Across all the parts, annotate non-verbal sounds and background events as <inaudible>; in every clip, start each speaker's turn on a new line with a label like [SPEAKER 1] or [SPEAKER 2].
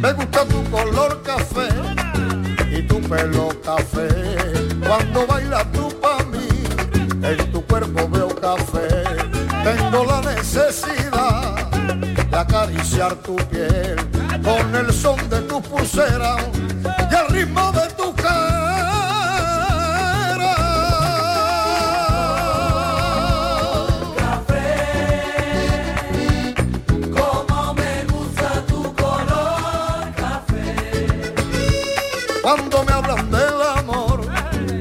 [SPEAKER 1] Me gusta tu color café y tu pelo café. Cuando bailas tú para mí, en tu cuerpo veo café. Tengo la necesidad de acariciar tu piel con el son de tu pulsera y el ritmo de tu
[SPEAKER 2] Como me gusta tu color café.
[SPEAKER 1] Cuando me hablan del amor,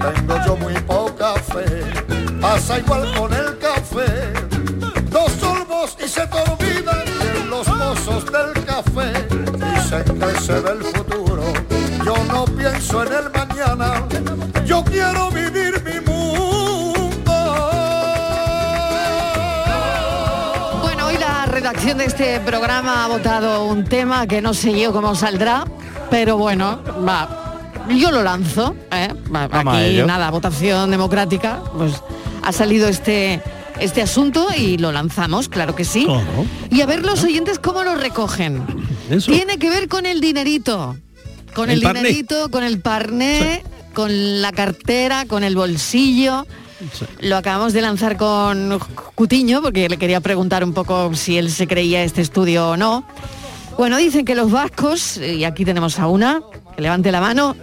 [SPEAKER 1] tengo yo muy poca fe. Pasa igual con el café. Dos sorbos y se te olvidan de los mozos del café. Dicen que se ve el futuro. Yo no pienso en el mañana. Yo quiero vivir mi mundo.
[SPEAKER 3] Bueno, hoy la redacción de este programa ha votado un tema que no sé yo cómo saldrá, pero bueno, va. Yo lo lanzo, ¿eh? Va,
[SPEAKER 4] Vamos a
[SPEAKER 3] Aquí
[SPEAKER 4] ello.
[SPEAKER 3] nada, votación democrática, pues ha salido este este asunto y lo lanzamos, claro que sí. Y a ver los oyentes cómo lo recogen.
[SPEAKER 5] Eso.
[SPEAKER 3] Tiene que ver con el dinerito, con el,
[SPEAKER 5] El parné.
[SPEAKER 3] dinerito, con el parné, con la cartera, con el bolsillo. Lo acabamos de lanzar con Cutiño porque le quería preguntar un poco si él se creía este estudio o no. Bueno, dicen que los vascos, y aquí tenemos a una, que levante la mano.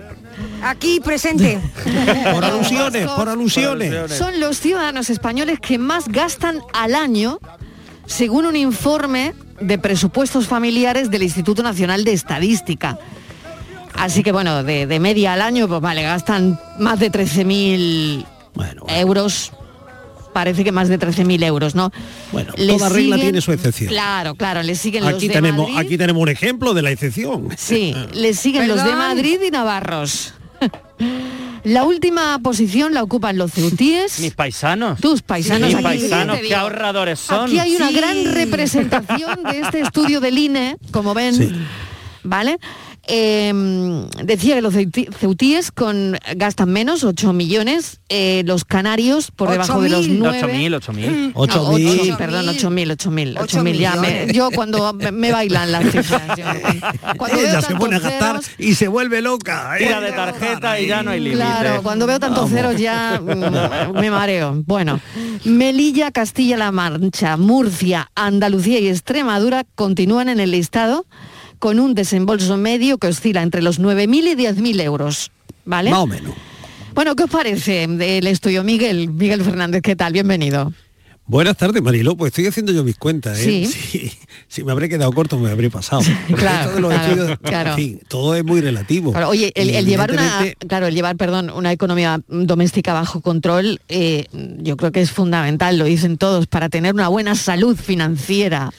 [SPEAKER 3] Aquí presente.
[SPEAKER 6] <laughs> Por alusiones, por alusiones.
[SPEAKER 3] Son los ciudadanos españoles que más gastan al año, según un informe de presupuestos familiares del Instituto Nacional de Estadística. Así que bueno, de, de media al año, pues vale, gastan más de 13.000 euros. Parece que más de 13.000 euros, ¿no? Bueno,
[SPEAKER 6] toda regla tiene su excepción.
[SPEAKER 3] Claro, claro, le siguen los
[SPEAKER 6] Aquí
[SPEAKER 3] de
[SPEAKER 6] tenemos, Ah.
[SPEAKER 3] Madrid.
[SPEAKER 6] aquí tenemos un ejemplo de la excepción. <laughs>
[SPEAKER 3] Sí, le siguen los de
[SPEAKER 6] Perdón.
[SPEAKER 3] Madrid y Navarros. La última posición la ocupan los ceutíes. Mis
[SPEAKER 7] paisanos.
[SPEAKER 3] Tus paisanos.
[SPEAKER 7] Mis
[SPEAKER 3] aquí,
[SPEAKER 7] paisanos,
[SPEAKER 3] te
[SPEAKER 7] qué
[SPEAKER 3] digo.
[SPEAKER 7] ahorradores son.
[SPEAKER 3] Aquí hay una gran representación de este estudio del INE, como ven, ¿vale? Eh, decía que los ceuti- ceutíes con, gastan menos, 8 millones, eh, los canarios por debajo de los 9.
[SPEAKER 7] 8.000, 8.000.
[SPEAKER 3] Ah, ocho, perdón, 8.000, 8.000, 8.000, ya me- <laughs> yo cuando me, me bailan las cifras. yo- cuando veo
[SPEAKER 6] Ella se pone a
[SPEAKER 3] tantos
[SPEAKER 6] gastar y se vuelve loca.
[SPEAKER 7] Tira de tarjeta y ya no hay límite.
[SPEAKER 3] ¿eh? Claro, cuando veo tantos
[SPEAKER 6] <laughs>
[SPEAKER 3] ceros ya mm, me mareo. Bueno, Melilla, Castilla-La Mancha, Murcia, Andalucía y Extremadura continúan en el listado con un desembolso medio que oscila entre los 9.000 y 10.000 euros. ¿Vale?
[SPEAKER 6] Más o menos.
[SPEAKER 3] Bueno, ¿qué os parece el estudio, Miguel? Miguel Fernández, ¿qué tal? Bienvenido.
[SPEAKER 6] Buenas tardes, Marilo. Pues estoy haciendo yo mis cuentas, ¿eh?
[SPEAKER 3] Sí.
[SPEAKER 6] <laughs> Si me habré quedado corto, me habré pasado.
[SPEAKER 3] claro,
[SPEAKER 6] Esto de los
[SPEAKER 3] claro,
[SPEAKER 6] estudios,
[SPEAKER 3] claro.
[SPEAKER 6] en fin, todo es muy relativo.
[SPEAKER 3] Claro, oye, el,
[SPEAKER 6] Y
[SPEAKER 3] el llevar una,
[SPEAKER 6] evidentemente,
[SPEAKER 3] claro, el llevar, perdón, una economía doméstica bajo control, eh, yo creo que es fundamental, lo dicen todos, para tener una buena salud financiera.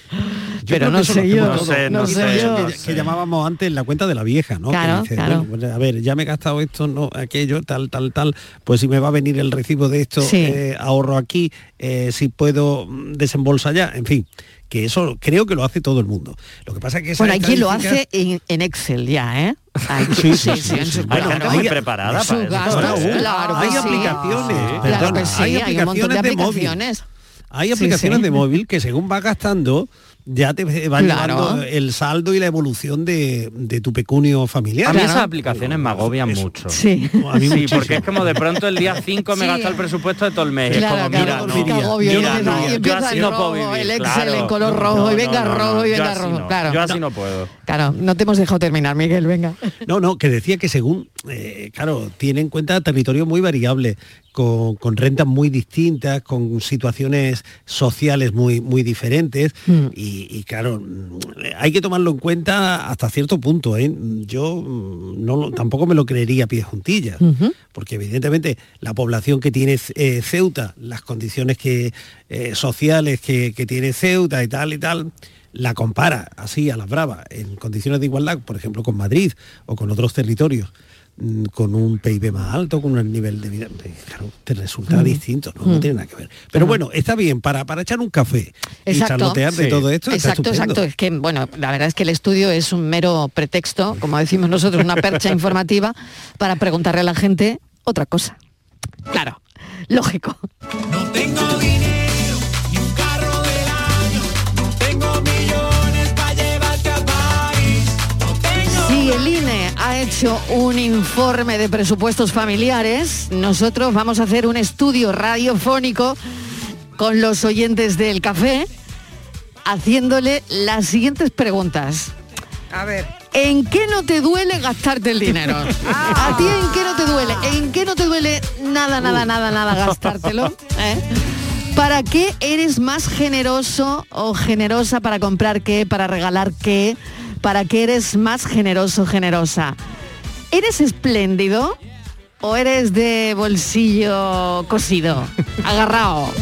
[SPEAKER 6] creo
[SPEAKER 3] pero no
[SPEAKER 6] que eso lo
[SPEAKER 3] sé yo,
[SPEAKER 6] hacemos todos.
[SPEAKER 3] no sé
[SPEAKER 6] Eso
[SPEAKER 3] yo.
[SPEAKER 6] Que, que llamábamos antes la cuenta de la vieja, ¿no? Que
[SPEAKER 3] Claro, claro.
[SPEAKER 6] bueno, pues, a ver, ya me he gastado esto, no, aquello, tal, tal, tal, pues si me va a venir el recibo de esto,
[SPEAKER 3] Sí.
[SPEAKER 6] eh, ahorro aquí, eh, si puedo mm, desembolsa ya, en fin, que eso creo que lo hace todo el mundo. Lo que pasa es que esas
[SPEAKER 3] Bueno, hay quien lo hace
[SPEAKER 6] estadísticas-
[SPEAKER 3] en, en Excel ya, ¿eh? Hay
[SPEAKER 6] Sí, sí,
[SPEAKER 3] sí,
[SPEAKER 6] sí,
[SPEAKER 3] sí, en
[SPEAKER 6] sí,
[SPEAKER 3] su-
[SPEAKER 6] sí.
[SPEAKER 3] claro,
[SPEAKER 6] Hay gente muy
[SPEAKER 3] en
[SPEAKER 6] preparada
[SPEAKER 3] sus
[SPEAKER 6] para eso,
[SPEAKER 3] gastos,
[SPEAKER 6] claro. uh,
[SPEAKER 3] claro
[SPEAKER 6] Hay
[SPEAKER 3] que sí.
[SPEAKER 6] aplicaciones,
[SPEAKER 3] Claro
[SPEAKER 6] perdona,
[SPEAKER 3] que sí,
[SPEAKER 6] hay
[SPEAKER 3] hay un montón
[SPEAKER 6] aplicaciones
[SPEAKER 3] de
[SPEAKER 6] de móvil.
[SPEAKER 3] aplicaciones.
[SPEAKER 6] Hay
[SPEAKER 3] Sí,
[SPEAKER 6] aplicaciones
[SPEAKER 3] sí.
[SPEAKER 6] de móvil que según vas gastando ya te va
[SPEAKER 7] Claro.
[SPEAKER 6] llevando el saldo y la evolución de, de tu pecunio familiar.
[SPEAKER 7] A mí esas aplicaciones me agobian mucho.
[SPEAKER 3] Sí.
[SPEAKER 6] A mí
[SPEAKER 7] Sí,
[SPEAKER 6] muchísimo.
[SPEAKER 7] porque es como de pronto el día 5 me
[SPEAKER 3] Sí.
[SPEAKER 7] gasta el presupuesto de todo el mes. Es
[SPEAKER 3] Claro,
[SPEAKER 7] como,
[SPEAKER 3] claro,
[SPEAKER 7] mira,
[SPEAKER 3] porque
[SPEAKER 7] no,
[SPEAKER 3] te agobia,
[SPEAKER 7] yo,
[SPEAKER 3] y
[SPEAKER 7] no,
[SPEAKER 3] empieza-
[SPEAKER 7] yo
[SPEAKER 3] y empieza
[SPEAKER 7] así
[SPEAKER 3] el
[SPEAKER 7] no puedo
[SPEAKER 3] rojo,
[SPEAKER 7] vivir,
[SPEAKER 3] el Excel
[SPEAKER 7] claro.
[SPEAKER 3] en color rojo, y
[SPEAKER 7] No, no,
[SPEAKER 3] venga
[SPEAKER 7] no,
[SPEAKER 3] rojo, y
[SPEAKER 7] yo
[SPEAKER 3] venga
[SPEAKER 7] así
[SPEAKER 3] rojo,
[SPEAKER 7] no.
[SPEAKER 3] claro.
[SPEAKER 7] Yo así
[SPEAKER 3] No.
[SPEAKER 7] no puedo.
[SPEAKER 3] Claro, no te hemos dejado terminar, Miguel, venga.
[SPEAKER 6] No, no, que decía que según, eh, claro, tiene en cuenta territorios muy variables, con, con rentas muy distintas, con situaciones sociales muy, muy diferentes.
[SPEAKER 3] Mm.
[SPEAKER 6] Y, y, claro, mm, hay que tomarlo en cuenta hasta cierto punto. ¿eh? Yo mm, no, lo- tampoco me lo creería a pie juntillas porque evidentemente la población que tiene eh, Ceuta, las condiciones que, eh, sociales que, que tiene Ceuta y tal y tal, la compara así a las bravas, en condiciones de igualdad, por ejemplo, con Madrid o con otros territorios, mm, con un PIB más alto, con un nivel de vida, eh, claro, te resulta
[SPEAKER 3] Mm.
[SPEAKER 6] distinto, ¿no? No
[SPEAKER 3] Mm.
[SPEAKER 6] tiene nada que ver. Pero bueno, está bien, para, para echar un café y charlotear de todo esto. está
[SPEAKER 3] Exacto,
[SPEAKER 6] estupendo.
[SPEAKER 3] exacto. Es que, bueno, la verdad es que el estudio es un mero pretexto, como decimos nosotros, una
[SPEAKER 6] <laughs>
[SPEAKER 3] percha informativa para preguntarle a la gente otra cosa. Claro, <laughs> lógico. Si el INE ha hecho un informe de presupuestos familiares, nosotros vamos a hacer un estudio radiofónico con los oyentes del café, haciéndole las siguientes preguntas.
[SPEAKER 4] A ver.
[SPEAKER 3] ¿En qué no te duele gastarte el dinero? ¿A ti en qué no te duele? ¿En qué no te duele nada, nada, nada, nada gastártelo? ¿Eh? ¿Para qué eres más generoso o generosa para comprar qué, para regalar qué? ¿Para qué eres más generoso o generosa? ¿Eres espléndido o eres de bolsillo cosido, agarrado?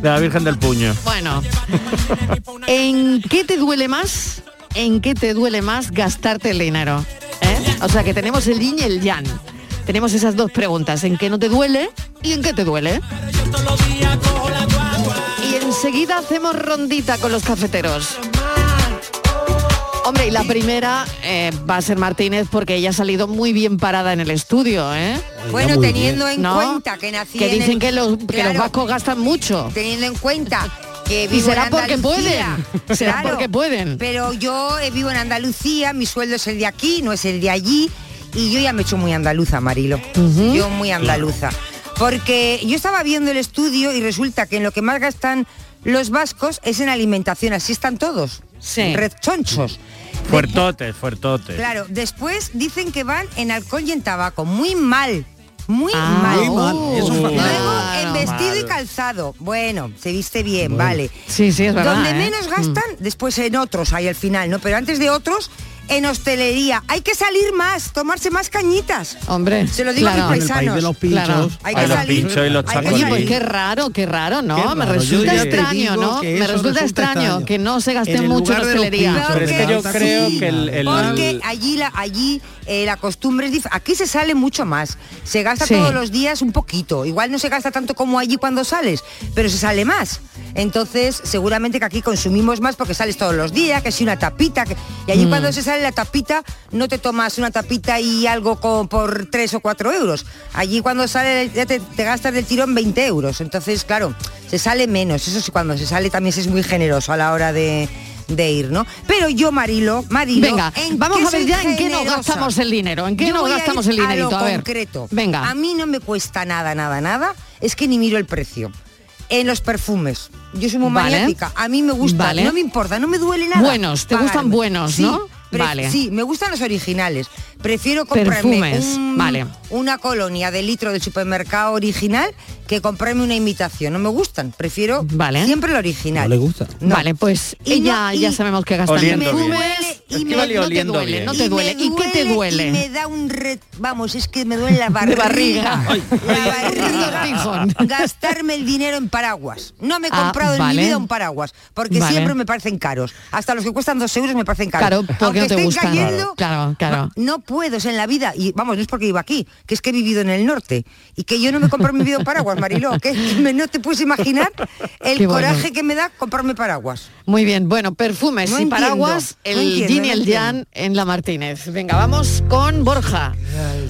[SPEAKER 7] De la Virgen del Puño.
[SPEAKER 3] Bueno, ¿en qué te duele más? ¿En qué te duele más gastarte el dinero? ¿Eh? O sea que tenemos el yin y el yang. Tenemos esas dos preguntas, ¿en qué no te duele y en qué te duele? Y enseguida hacemos rondita con los cafeteros. Hombre, y la primera eh, va a ser Martínez porque ella ha salido muy bien parada en el estudio, ¿eh?
[SPEAKER 4] Bueno, teniendo en
[SPEAKER 3] ¿No?
[SPEAKER 4] cuenta que nací
[SPEAKER 3] Que
[SPEAKER 4] en el-
[SPEAKER 3] dicen que, los, que los
[SPEAKER 4] Claro.
[SPEAKER 3] vascos gastan mucho.
[SPEAKER 4] Teniendo en cuenta
[SPEAKER 3] <laughs>
[SPEAKER 4] que
[SPEAKER 3] Y
[SPEAKER 4] vivo
[SPEAKER 3] será
[SPEAKER 4] en
[SPEAKER 3] porque
[SPEAKER 4] Andalucía.
[SPEAKER 3] pueden, <laughs>
[SPEAKER 4] <laughs>
[SPEAKER 3] será porque pueden.
[SPEAKER 4] Pero yo eh, vivo en Andalucía, mi sueldo es el de aquí, no es el de allí, y yo ya me he hecho muy andaluza, Marilo. Yo muy andaluza. Porque yo estaba viendo el estudio y resulta que en lo que más gastan los vascos es en alimentación, así están todos.
[SPEAKER 3] Sí.
[SPEAKER 4] Red chonchos.
[SPEAKER 7] Fuertotes, fuertotes.
[SPEAKER 4] Claro, después dicen que van en alcohol y en tabaco. Muy mal. Muy
[SPEAKER 3] Ah,
[SPEAKER 4] mal. Uh.
[SPEAKER 3] muy mal, eso es fatal.
[SPEAKER 4] Luego,
[SPEAKER 3] Claro.
[SPEAKER 4] en vestido
[SPEAKER 7] Mal.
[SPEAKER 4] y calzado. Bueno, se viste bien, vale.
[SPEAKER 3] Sí, sí, es verdad.
[SPEAKER 4] Donde
[SPEAKER 3] ¿eh?
[SPEAKER 4] menos gastan, después en otros hay al final, ¿no? Pero antes de otros, en hostelería. Hay que salir más, tomarse más cañitas.
[SPEAKER 3] Hombre,
[SPEAKER 4] Se lo digo a
[SPEAKER 6] En
[SPEAKER 3] claro.
[SPEAKER 4] mis
[SPEAKER 6] el país de los pinchos.
[SPEAKER 3] Claro.
[SPEAKER 7] Ay,
[SPEAKER 4] Hay que
[SPEAKER 7] los
[SPEAKER 4] salir.
[SPEAKER 7] pinchos y los
[SPEAKER 4] hay que
[SPEAKER 7] tacos
[SPEAKER 3] Oye,
[SPEAKER 4] salir.
[SPEAKER 3] pues
[SPEAKER 7] ahí.
[SPEAKER 3] qué raro, qué raro, ¿no?
[SPEAKER 6] Qué raro,
[SPEAKER 3] me
[SPEAKER 6] yo
[SPEAKER 3] resulta
[SPEAKER 6] ya te
[SPEAKER 3] extraño,
[SPEAKER 6] digo
[SPEAKER 3] ¿no?
[SPEAKER 6] que
[SPEAKER 3] Me
[SPEAKER 6] eso
[SPEAKER 3] resulta extraño
[SPEAKER 6] extraño.
[SPEAKER 3] que no se gaste
[SPEAKER 6] En el
[SPEAKER 3] mucho en
[SPEAKER 6] lugar de los
[SPEAKER 3] hostelería.
[SPEAKER 4] pinchos,
[SPEAKER 7] Pero es que yo
[SPEAKER 4] Porque-
[SPEAKER 7] creo que el, el-
[SPEAKER 4] Porque allí, la, allí eh, la costumbre es dif- Aquí se sale mucho más. Se gasta
[SPEAKER 3] Sí.
[SPEAKER 4] todos los días un poquito. Igual no se gasta tanto como allí cuando sales, pero se sale más. Entonces, seguramente que aquí consumimos más porque sales todos los días, que si una tapita. que-
[SPEAKER 3] Mm.
[SPEAKER 4] Y allí cuando se sale la tapita, no te tomas una tapita y algo co- por 3 o 4 euros. Allí cuando sale, ya te, te gastas del tirón 20 euros. Entonces, claro, se sale menos. Eso sí, cuando se sale también se es muy generoso a la hora de de ir, ¿no? Pero yo, Marilo, Marilo,
[SPEAKER 3] Venga,
[SPEAKER 4] ¿en
[SPEAKER 3] vamos
[SPEAKER 4] qué
[SPEAKER 3] a ver
[SPEAKER 4] soy
[SPEAKER 3] ya en qué nos
[SPEAKER 4] generosa?
[SPEAKER 3] gastamos el dinero, en qué
[SPEAKER 4] Yo
[SPEAKER 3] nos
[SPEAKER 4] voy a
[SPEAKER 3] gastamos
[SPEAKER 4] ir
[SPEAKER 3] el dinerito,
[SPEAKER 4] a, lo
[SPEAKER 3] a ver.
[SPEAKER 4] concreto.
[SPEAKER 3] Venga.
[SPEAKER 4] A mí no me cuesta nada, nada, nada. Es que ni miro el precio. En los perfumes. Yo soy muy
[SPEAKER 3] Vale.
[SPEAKER 4] maniática. A mí me gusta,
[SPEAKER 3] Vale.
[SPEAKER 4] no me importa, no me duele nada.
[SPEAKER 3] Buenos, te gustan
[SPEAKER 4] pagarme.
[SPEAKER 3] buenos,
[SPEAKER 4] Sí,
[SPEAKER 3] ¿no?
[SPEAKER 4] pre-
[SPEAKER 3] Vale.
[SPEAKER 4] Sí, me gustan los originales. Prefiero comprarme
[SPEAKER 3] Perfumes,
[SPEAKER 4] un-
[SPEAKER 3] vale.
[SPEAKER 4] una colonia de litro del supermercado original que comprarme una imitación. No me gustan. Prefiero
[SPEAKER 3] Vale.
[SPEAKER 4] siempre el original.
[SPEAKER 6] No le gusta.
[SPEAKER 4] No.
[SPEAKER 3] Vale, pues
[SPEAKER 4] Y
[SPEAKER 3] ella
[SPEAKER 4] no- y-
[SPEAKER 3] ya sabemos que gastan
[SPEAKER 7] Oliendo
[SPEAKER 3] perfumes
[SPEAKER 7] bien.
[SPEAKER 3] y
[SPEAKER 7] Es que
[SPEAKER 3] me-
[SPEAKER 7] vale
[SPEAKER 3] no te
[SPEAKER 7] oliendo
[SPEAKER 3] duele,
[SPEAKER 7] bien.
[SPEAKER 3] no te
[SPEAKER 4] me
[SPEAKER 3] duele. ¿Y qué te
[SPEAKER 4] Y me
[SPEAKER 3] duele?
[SPEAKER 4] da un re... Vamos, es que me
[SPEAKER 3] <laughs>
[SPEAKER 4] duele la
[SPEAKER 3] De
[SPEAKER 4] barriga.
[SPEAKER 3] barriga.
[SPEAKER 4] La
[SPEAKER 3] Tortijón.
[SPEAKER 4] barriga. <laughs> Gastarme el dinero en paraguas. No me he
[SPEAKER 3] Ah,
[SPEAKER 4] comprado en
[SPEAKER 3] vale.
[SPEAKER 4] mi vida un paraguas, porque
[SPEAKER 3] Vale.
[SPEAKER 4] siempre me parecen caros. Hasta los que cuestan dos euros me parecen caros.
[SPEAKER 3] Claro, porque
[SPEAKER 4] Aunque
[SPEAKER 3] no te
[SPEAKER 4] estén
[SPEAKER 3] gustan.
[SPEAKER 4] cayendo,
[SPEAKER 3] Claro, claro.
[SPEAKER 4] No puedo, es en la vida. Y vamos, no es porque vivo aquí, que es que he vivido en el norte. Y que yo no me compro mi vida un paraguas, Mariló. Que me- no te
[SPEAKER 3] <laughs>
[SPEAKER 4] puedes imaginar el
[SPEAKER 3] Qué bueno.
[SPEAKER 4] coraje que me da comprarme paraguas.
[SPEAKER 3] Muy bien, bueno, perfumes
[SPEAKER 4] No
[SPEAKER 3] y
[SPEAKER 4] entiendo,
[SPEAKER 3] paraguas,
[SPEAKER 4] no
[SPEAKER 3] el
[SPEAKER 4] entiendo,
[SPEAKER 3] yin y
[SPEAKER 4] no
[SPEAKER 3] el yang en la Martínez. Venga, vamos con Borja.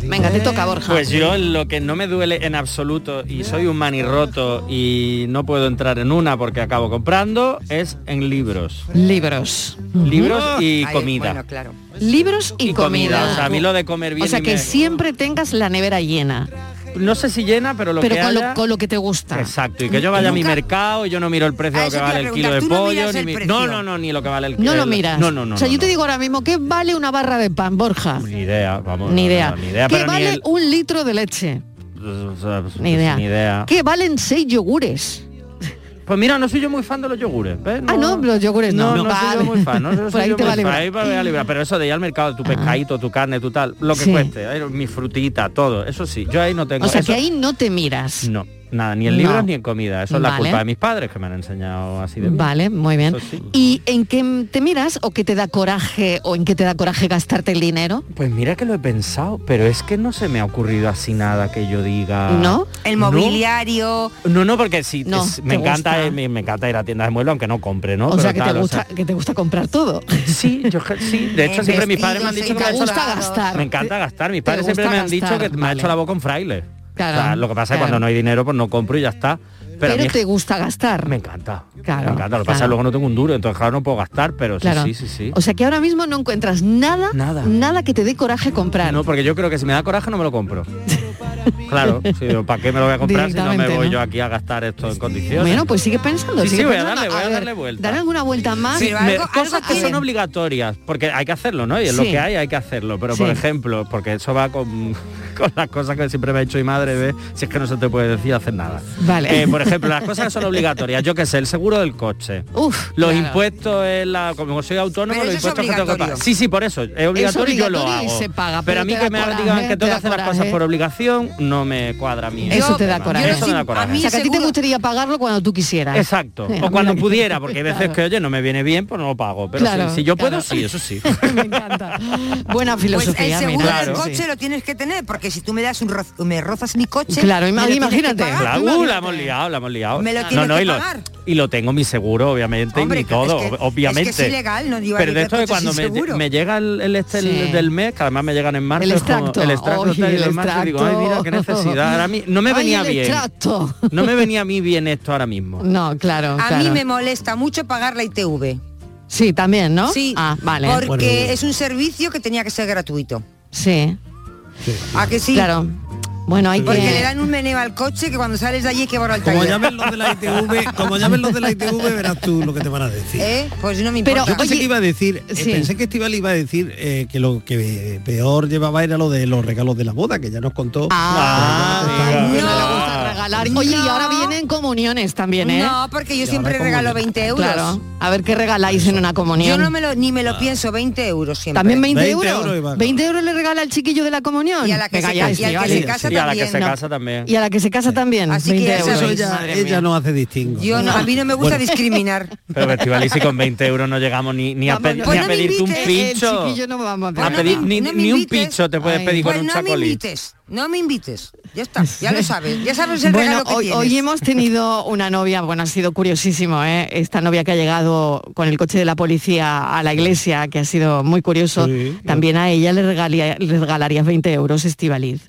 [SPEAKER 3] Venga, te toca Borja.
[SPEAKER 7] Pues yo lo que no me duele en absoluto y soy un manirroto y no puedo entrar en una porque acabo comprando es en libros.
[SPEAKER 3] Libros.
[SPEAKER 7] Libros y
[SPEAKER 4] Ay,
[SPEAKER 7] comida.
[SPEAKER 4] Bueno, claro.
[SPEAKER 3] Libros y,
[SPEAKER 7] Y comida. O sea, a mí lo de comer bien
[SPEAKER 3] O sea,
[SPEAKER 7] y
[SPEAKER 3] que
[SPEAKER 7] me-
[SPEAKER 3] siempre tengas la nevera llena,
[SPEAKER 7] No sé si llena, pero lo
[SPEAKER 3] pero
[SPEAKER 7] que
[SPEAKER 3] con lo,
[SPEAKER 7] haya-
[SPEAKER 3] con lo que te gusta.
[SPEAKER 7] Exacto, y que yo vaya a mi
[SPEAKER 4] Nunca-
[SPEAKER 7] mercado y yo no miro el precio
[SPEAKER 4] Ah,
[SPEAKER 7] de lo que
[SPEAKER 4] eso te
[SPEAKER 7] vale
[SPEAKER 4] iba a
[SPEAKER 7] el kilo de
[SPEAKER 4] preguntar, tú no
[SPEAKER 7] pollo.
[SPEAKER 4] miras
[SPEAKER 7] ni
[SPEAKER 4] el
[SPEAKER 7] mi-
[SPEAKER 4] precio.
[SPEAKER 7] No, no, no, ni lo que vale el
[SPEAKER 3] No
[SPEAKER 7] el-
[SPEAKER 3] lo miras.
[SPEAKER 7] No, no, no.
[SPEAKER 3] O sea,
[SPEAKER 7] no,
[SPEAKER 3] yo te
[SPEAKER 7] no.
[SPEAKER 3] digo ahora mismo, ¿qué vale una barra de pan, Borja?
[SPEAKER 7] Ni idea, vamos.
[SPEAKER 3] Ni
[SPEAKER 7] no,
[SPEAKER 3] idea.
[SPEAKER 7] no, ni idea,
[SPEAKER 3] ¿Qué
[SPEAKER 7] pero ni
[SPEAKER 3] vale
[SPEAKER 7] el- pues,
[SPEAKER 3] un litro de leche? Ni idea.
[SPEAKER 7] Ni idea.
[SPEAKER 3] ¿Qué valen seis yogures?
[SPEAKER 7] Pues mira, no soy yo muy fan de los yogures. ¿ves?
[SPEAKER 3] Ah, no, los yogures no.
[SPEAKER 7] No, no, soy
[SPEAKER 3] Vale. Pues,
[SPEAKER 7] yo muy fan. No
[SPEAKER 3] <laughs>
[SPEAKER 7] soy
[SPEAKER 3] Por
[SPEAKER 7] yo
[SPEAKER 3] ahí te
[SPEAKER 7] muy
[SPEAKER 3] va a librar.
[SPEAKER 7] fan, ahí me voy a librar. Pero eso de ir al mercado, tu pescadito, tu carne, tu tal, lo que
[SPEAKER 3] Sí.
[SPEAKER 7] cueste, ahí, mi frutita, todo. Eso sí, yo ahí no tengo.
[SPEAKER 3] O sea,
[SPEAKER 7] eso-
[SPEAKER 3] que ahí no te miras.
[SPEAKER 7] No. Nada, ni en
[SPEAKER 3] No.
[SPEAKER 7] libros ni en comida. Eso es la
[SPEAKER 3] Vale.
[SPEAKER 7] culpa de mis padres que me han enseñado así de bien.
[SPEAKER 3] Vale, muy bien.
[SPEAKER 7] Eso sí.
[SPEAKER 3] ¿Y en qué te miras o qué te da coraje o en qué te da coraje gastarte el dinero?
[SPEAKER 7] Pues mira que lo he pensado, pero es que no se me ha ocurrido así nada que yo diga.
[SPEAKER 3] ¿No?
[SPEAKER 4] El
[SPEAKER 7] No.
[SPEAKER 4] mobiliario.
[SPEAKER 7] No, no, porque sí,
[SPEAKER 3] No,
[SPEAKER 7] es- me
[SPEAKER 3] te
[SPEAKER 7] encanta,
[SPEAKER 3] gusta.
[SPEAKER 7] eh, me, me encanta ir a tiendas de muebles, aunque no compre, ¿no?
[SPEAKER 3] o
[SPEAKER 7] Pero
[SPEAKER 3] sea, que,
[SPEAKER 7] tal,
[SPEAKER 3] te
[SPEAKER 7] o
[SPEAKER 3] gusta,
[SPEAKER 7] sea,
[SPEAKER 3] que te gusta comprar todo.
[SPEAKER 7] sí, yo que- sí. De hecho,
[SPEAKER 4] Eh,
[SPEAKER 7] siempre mis padres me han dicho
[SPEAKER 4] vestidos y
[SPEAKER 7] que me,
[SPEAKER 3] te
[SPEAKER 7] ha hecho
[SPEAKER 3] gusta
[SPEAKER 7] la-
[SPEAKER 3] gastar.
[SPEAKER 7] me encanta gastar. Mis
[SPEAKER 3] te
[SPEAKER 7] padres siempre
[SPEAKER 3] gusta
[SPEAKER 7] me han dicho que
[SPEAKER 3] gastar,
[SPEAKER 7] me ha hecho
[SPEAKER 3] vale.
[SPEAKER 7] la boca un fraile.
[SPEAKER 3] Claro,
[SPEAKER 7] O sea, lo que pasa es que
[SPEAKER 3] claro.
[SPEAKER 7] cuando no hay dinero, pues no compro y ya está. Pero,
[SPEAKER 3] Pero,
[SPEAKER 7] a mí es-
[SPEAKER 3] te gusta gastar.
[SPEAKER 7] me encanta.
[SPEAKER 3] Claro,
[SPEAKER 7] me encanta. Lo que pasa es que
[SPEAKER 3] claro.
[SPEAKER 7] luego no tengo un duro, entonces claro, no puedo gastar, pero sí,
[SPEAKER 3] Claro.
[SPEAKER 7] Pues sí, sí, sí.
[SPEAKER 3] O sea que ahora mismo no encuentras nada,
[SPEAKER 7] Nada.
[SPEAKER 3] nada, que te dé coraje comprar.
[SPEAKER 7] No, porque yo creo que si me da coraje no me lo
[SPEAKER 3] <laughs>
[SPEAKER 7] compro. claro, sí, digo, ¿para qué me lo voy a comprar si no me
[SPEAKER 3] Directamente,
[SPEAKER 7] voy
[SPEAKER 3] ¿no?
[SPEAKER 7] yo aquí a gastar esto en condiciones?
[SPEAKER 3] bueno, pues sigue pensando.
[SPEAKER 7] Sí,
[SPEAKER 3] sigue
[SPEAKER 7] sí, voy a
[SPEAKER 3] pensando.
[SPEAKER 7] darle, voy a
[SPEAKER 3] ver,
[SPEAKER 7] darle vuelta.
[SPEAKER 3] Dar alguna vuelta más.
[SPEAKER 7] Sí,
[SPEAKER 4] Pero
[SPEAKER 7] me-
[SPEAKER 4] algo-
[SPEAKER 7] cosas
[SPEAKER 4] algo
[SPEAKER 7] que son
[SPEAKER 4] tienen.
[SPEAKER 7] obligatorias, porque hay que hacerlo, ¿no? Y es lo
[SPEAKER 3] Sí.
[SPEAKER 7] que hay, hay que hacerlo. Pero, por
[SPEAKER 3] Sí.
[SPEAKER 7] ejemplo, porque eso va con, <laughs> con las cosas que siempre me ha hecho mi madre, ¿ves? si es que no se te puede decir hacer nada.
[SPEAKER 3] Vale.
[SPEAKER 7] Eh,
[SPEAKER 3] <laughs>
[SPEAKER 7] por ejemplo, las cosas que son obligatorias, yo qué sé, el seguro del coche.
[SPEAKER 3] Uf,
[SPEAKER 7] los
[SPEAKER 3] claro.
[SPEAKER 7] impuestos es la como soy autónomo
[SPEAKER 4] Pero
[SPEAKER 7] los
[SPEAKER 4] eso es
[SPEAKER 7] impuestos que tengo que pagar
[SPEAKER 4] obligatorio.
[SPEAKER 7] sí sí por eso es obligatorio, y yo lo
[SPEAKER 3] obligatorio y
[SPEAKER 7] hago
[SPEAKER 3] se paga,
[SPEAKER 7] pero
[SPEAKER 3] pero
[SPEAKER 7] a mí
[SPEAKER 3] te
[SPEAKER 7] que
[SPEAKER 3] da
[SPEAKER 7] me
[SPEAKER 3] coraje,
[SPEAKER 7] digan que
[SPEAKER 3] te
[SPEAKER 7] tengo que
[SPEAKER 3] da
[SPEAKER 7] hacer las
[SPEAKER 3] coraje.
[SPEAKER 7] cosas por obligación no me cuadra a mí
[SPEAKER 3] Eso te da
[SPEAKER 7] Yo-
[SPEAKER 3] coraje.
[SPEAKER 7] eso me da coraje
[SPEAKER 4] A mí
[SPEAKER 3] o sea, que a ti te
[SPEAKER 4] seguro-
[SPEAKER 3] gustaría pagarlo cuando tú quisieras.
[SPEAKER 7] Exacto,
[SPEAKER 3] Sí, a
[SPEAKER 7] o
[SPEAKER 3] mí
[SPEAKER 7] cuando
[SPEAKER 4] <laughs>
[SPEAKER 3] también.
[SPEAKER 7] pudiera, porque hay veces
[SPEAKER 3] Claro.
[SPEAKER 7] que, oye, no me viene bien, pues no lo pago. Pero
[SPEAKER 3] Claro,
[SPEAKER 7] sí, si yo puedo,
[SPEAKER 3] claro.
[SPEAKER 7] sí, eso
[SPEAKER 4] <laughs>
[SPEAKER 7] sí.
[SPEAKER 3] me encanta. Buena
[SPEAKER 4] Pues el
[SPEAKER 3] filosofía.
[SPEAKER 4] seguro
[SPEAKER 3] mira,
[SPEAKER 4] del
[SPEAKER 7] Claro.
[SPEAKER 3] sí.
[SPEAKER 4] coche lo tienes que tener, porque si tú me das un roz- me rozas mi coche.
[SPEAKER 3] Claro,
[SPEAKER 4] me lo
[SPEAKER 3] ima-
[SPEAKER 4] tienes que
[SPEAKER 3] imagínate.
[SPEAKER 4] pagar.
[SPEAKER 7] Claro, uh, la
[SPEAKER 4] Imagínate.
[SPEAKER 7] hemos liado, la hemos liado.
[SPEAKER 4] Me lo
[SPEAKER 7] no,
[SPEAKER 4] tienes
[SPEAKER 7] no,
[SPEAKER 4] que
[SPEAKER 7] y, lo,
[SPEAKER 4] pagar.
[SPEAKER 7] y lo tengo mi seguro, obviamente,
[SPEAKER 4] Hombre,
[SPEAKER 7] y
[SPEAKER 4] claro,
[SPEAKER 7] todo,
[SPEAKER 4] es que-
[SPEAKER 7] ob- obviamente.
[SPEAKER 4] es que es ilegal no llevar
[SPEAKER 7] Pero de
[SPEAKER 4] el
[SPEAKER 7] esto de
[SPEAKER 4] coche
[SPEAKER 7] cuando
[SPEAKER 4] sin
[SPEAKER 7] me,
[SPEAKER 4] seguro.
[SPEAKER 7] me llega el, el este el
[SPEAKER 3] Sí.
[SPEAKER 7] del mes, que además me llegan en marzo,
[SPEAKER 3] El
[SPEAKER 7] es como
[SPEAKER 3] extracto.
[SPEAKER 7] el extracto,
[SPEAKER 3] Oye,
[SPEAKER 7] tal, y
[SPEAKER 3] el
[SPEAKER 7] demás, y digo, ay, mira, qué
[SPEAKER 3] extracto.
[SPEAKER 7] necesidad. Ahora mi- no me
[SPEAKER 3] Ay,
[SPEAKER 7] venía
[SPEAKER 3] el
[SPEAKER 7] bien.
[SPEAKER 3] extracto.
[SPEAKER 7] No me venía a mí bien esto ahora
[SPEAKER 4] <laughs>
[SPEAKER 7] mismo.
[SPEAKER 3] No, claro.
[SPEAKER 4] A mí
[SPEAKER 3] claro.
[SPEAKER 4] me molesta mucho pagar la ITV.
[SPEAKER 3] Sí, también, ¿no?
[SPEAKER 4] Sí,
[SPEAKER 3] Ah, vale.
[SPEAKER 4] porque
[SPEAKER 6] Bueno.
[SPEAKER 4] es un servicio que tenía que ser gratuito.
[SPEAKER 3] Sí,
[SPEAKER 4] ¿A Ah, que sí?
[SPEAKER 3] claro. Bueno, hay
[SPEAKER 4] Porque
[SPEAKER 3] que...
[SPEAKER 4] le dan un meneo al coche que cuando sales de allí hay que borrar el
[SPEAKER 6] Como
[SPEAKER 4] taller.
[SPEAKER 6] llamen los de la ITV, como llamen los de la ITV, verás tú lo que te van a decir.
[SPEAKER 4] <laughs> ¿Eh? Pues no me
[SPEAKER 3] Pero,
[SPEAKER 4] importa.
[SPEAKER 6] Yo pensé
[SPEAKER 3] oye,
[SPEAKER 6] que iba a decir, eh,
[SPEAKER 3] sí.
[SPEAKER 6] pensé que Estival iba a decir eh, que lo que peor llevaba era lo de los regalos de la boda, que ya nos contó.
[SPEAKER 3] Ah,
[SPEAKER 7] Ah, mira.
[SPEAKER 3] no. le gusta regalar. Oye, y ahora
[SPEAKER 4] No.
[SPEAKER 3] vienen comuniones también, ¿eh?
[SPEAKER 4] No, porque yo siempre
[SPEAKER 6] ahora, ¿cómo
[SPEAKER 4] regalo
[SPEAKER 6] te-
[SPEAKER 4] 20 euros.
[SPEAKER 3] Claro. A ver qué regaláis en una comunión.
[SPEAKER 4] Yo no me lo, ni me lo
[SPEAKER 7] Ah.
[SPEAKER 4] pienso, 20 euros siempre.
[SPEAKER 3] También 20,
[SPEAKER 6] 20
[SPEAKER 3] euros.
[SPEAKER 6] euros, Iván.
[SPEAKER 3] 20 euros le regala al chiquillo de la comunión.
[SPEAKER 4] Y a la que
[SPEAKER 3] Venga,
[SPEAKER 4] se
[SPEAKER 3] ya,
[SPEAKER 4] ca- y al que
[SPEAKER 3] Estivali.
[SPEAKER 4] se casa
[SPEAKER 7] y a la que
[SPEAKER 4] también.
[SPEAKER 7] se
[SPEAKER 4] No.
[SPEAKER 7] casa también.
[SPEAKER 3] Y a la que se casa también.
[SPEAKER 4] Así que
[SPEAKER 3] 20
[SPEAKER 4] ya
[SPEAKER 3] euros.
[SPEAKER 6] Eso
[SPEAKER 4] sabéis,
[SPEAKER 6] ya,
[SPEAKER 3] Madre mía.
[SPEAKER 6] ella no hace distingo.
[SPEAKER 4] Yo no- a mí no me gusta discriminar.
[SPEAKER 7] Pero Festivali,
[SPEAKER 3] <laughs>
[SPEAKER 7] si con 20 euros no llegamos ni, ni a,
[SPEAKER 3] Vamos,
[SPEAKER 7] pe-
[SPEAKER 3] no.
[SPEAKER 7] ni
[SPEAKER 4] Pues
[SPEAKER 7] a
[SPEAKER 4] no me
[SPEAKER 7] pedirte un
[SPEAKER 4] invites.
[SPEAKER 7] pincho.
[SPEAKER 3] El chiquillo no vamos
[SPEAKER 7] a
[SPEAKER 4] no
[SPEAKER 7] pedir
[SPEAKER 4] me-
[SPEAKER 7] ni,
[SPEAKER 4] no me
[SPEAKER 7] ni un
[SPEAKER 4] invites.
[SPEAKER 7] pincho te puedes
[SPEAKER 3] Ay.
[SPEAKER 7] pedir con
[SPEAKER 4] Pues
[SPEAKER 7] un
[SPEAKER 4] no me
[SPEAKER 7] chacolí.
[SPEAKER 4] invites, no me invites. Ya está, ya lo sabes, ya sabes el
[SPEAKER 3] bueno,
[SPEAKER 4] regalo que
[SPEAKER 3] hoy,
[SPEAKER 4] tienes.
[SPEAKER 3] hoy hemos tenido una novia, bueno, ha sido curiosísimo, ¿eh? esta novia que ha llegado con el coche de la policía a la iglesia, que ha sido muy curioso,
[SPEAKER 6] Sí.
[SPEAKER 3] también a ella le, regalía- le regalarías 20 euros, Estivaliz,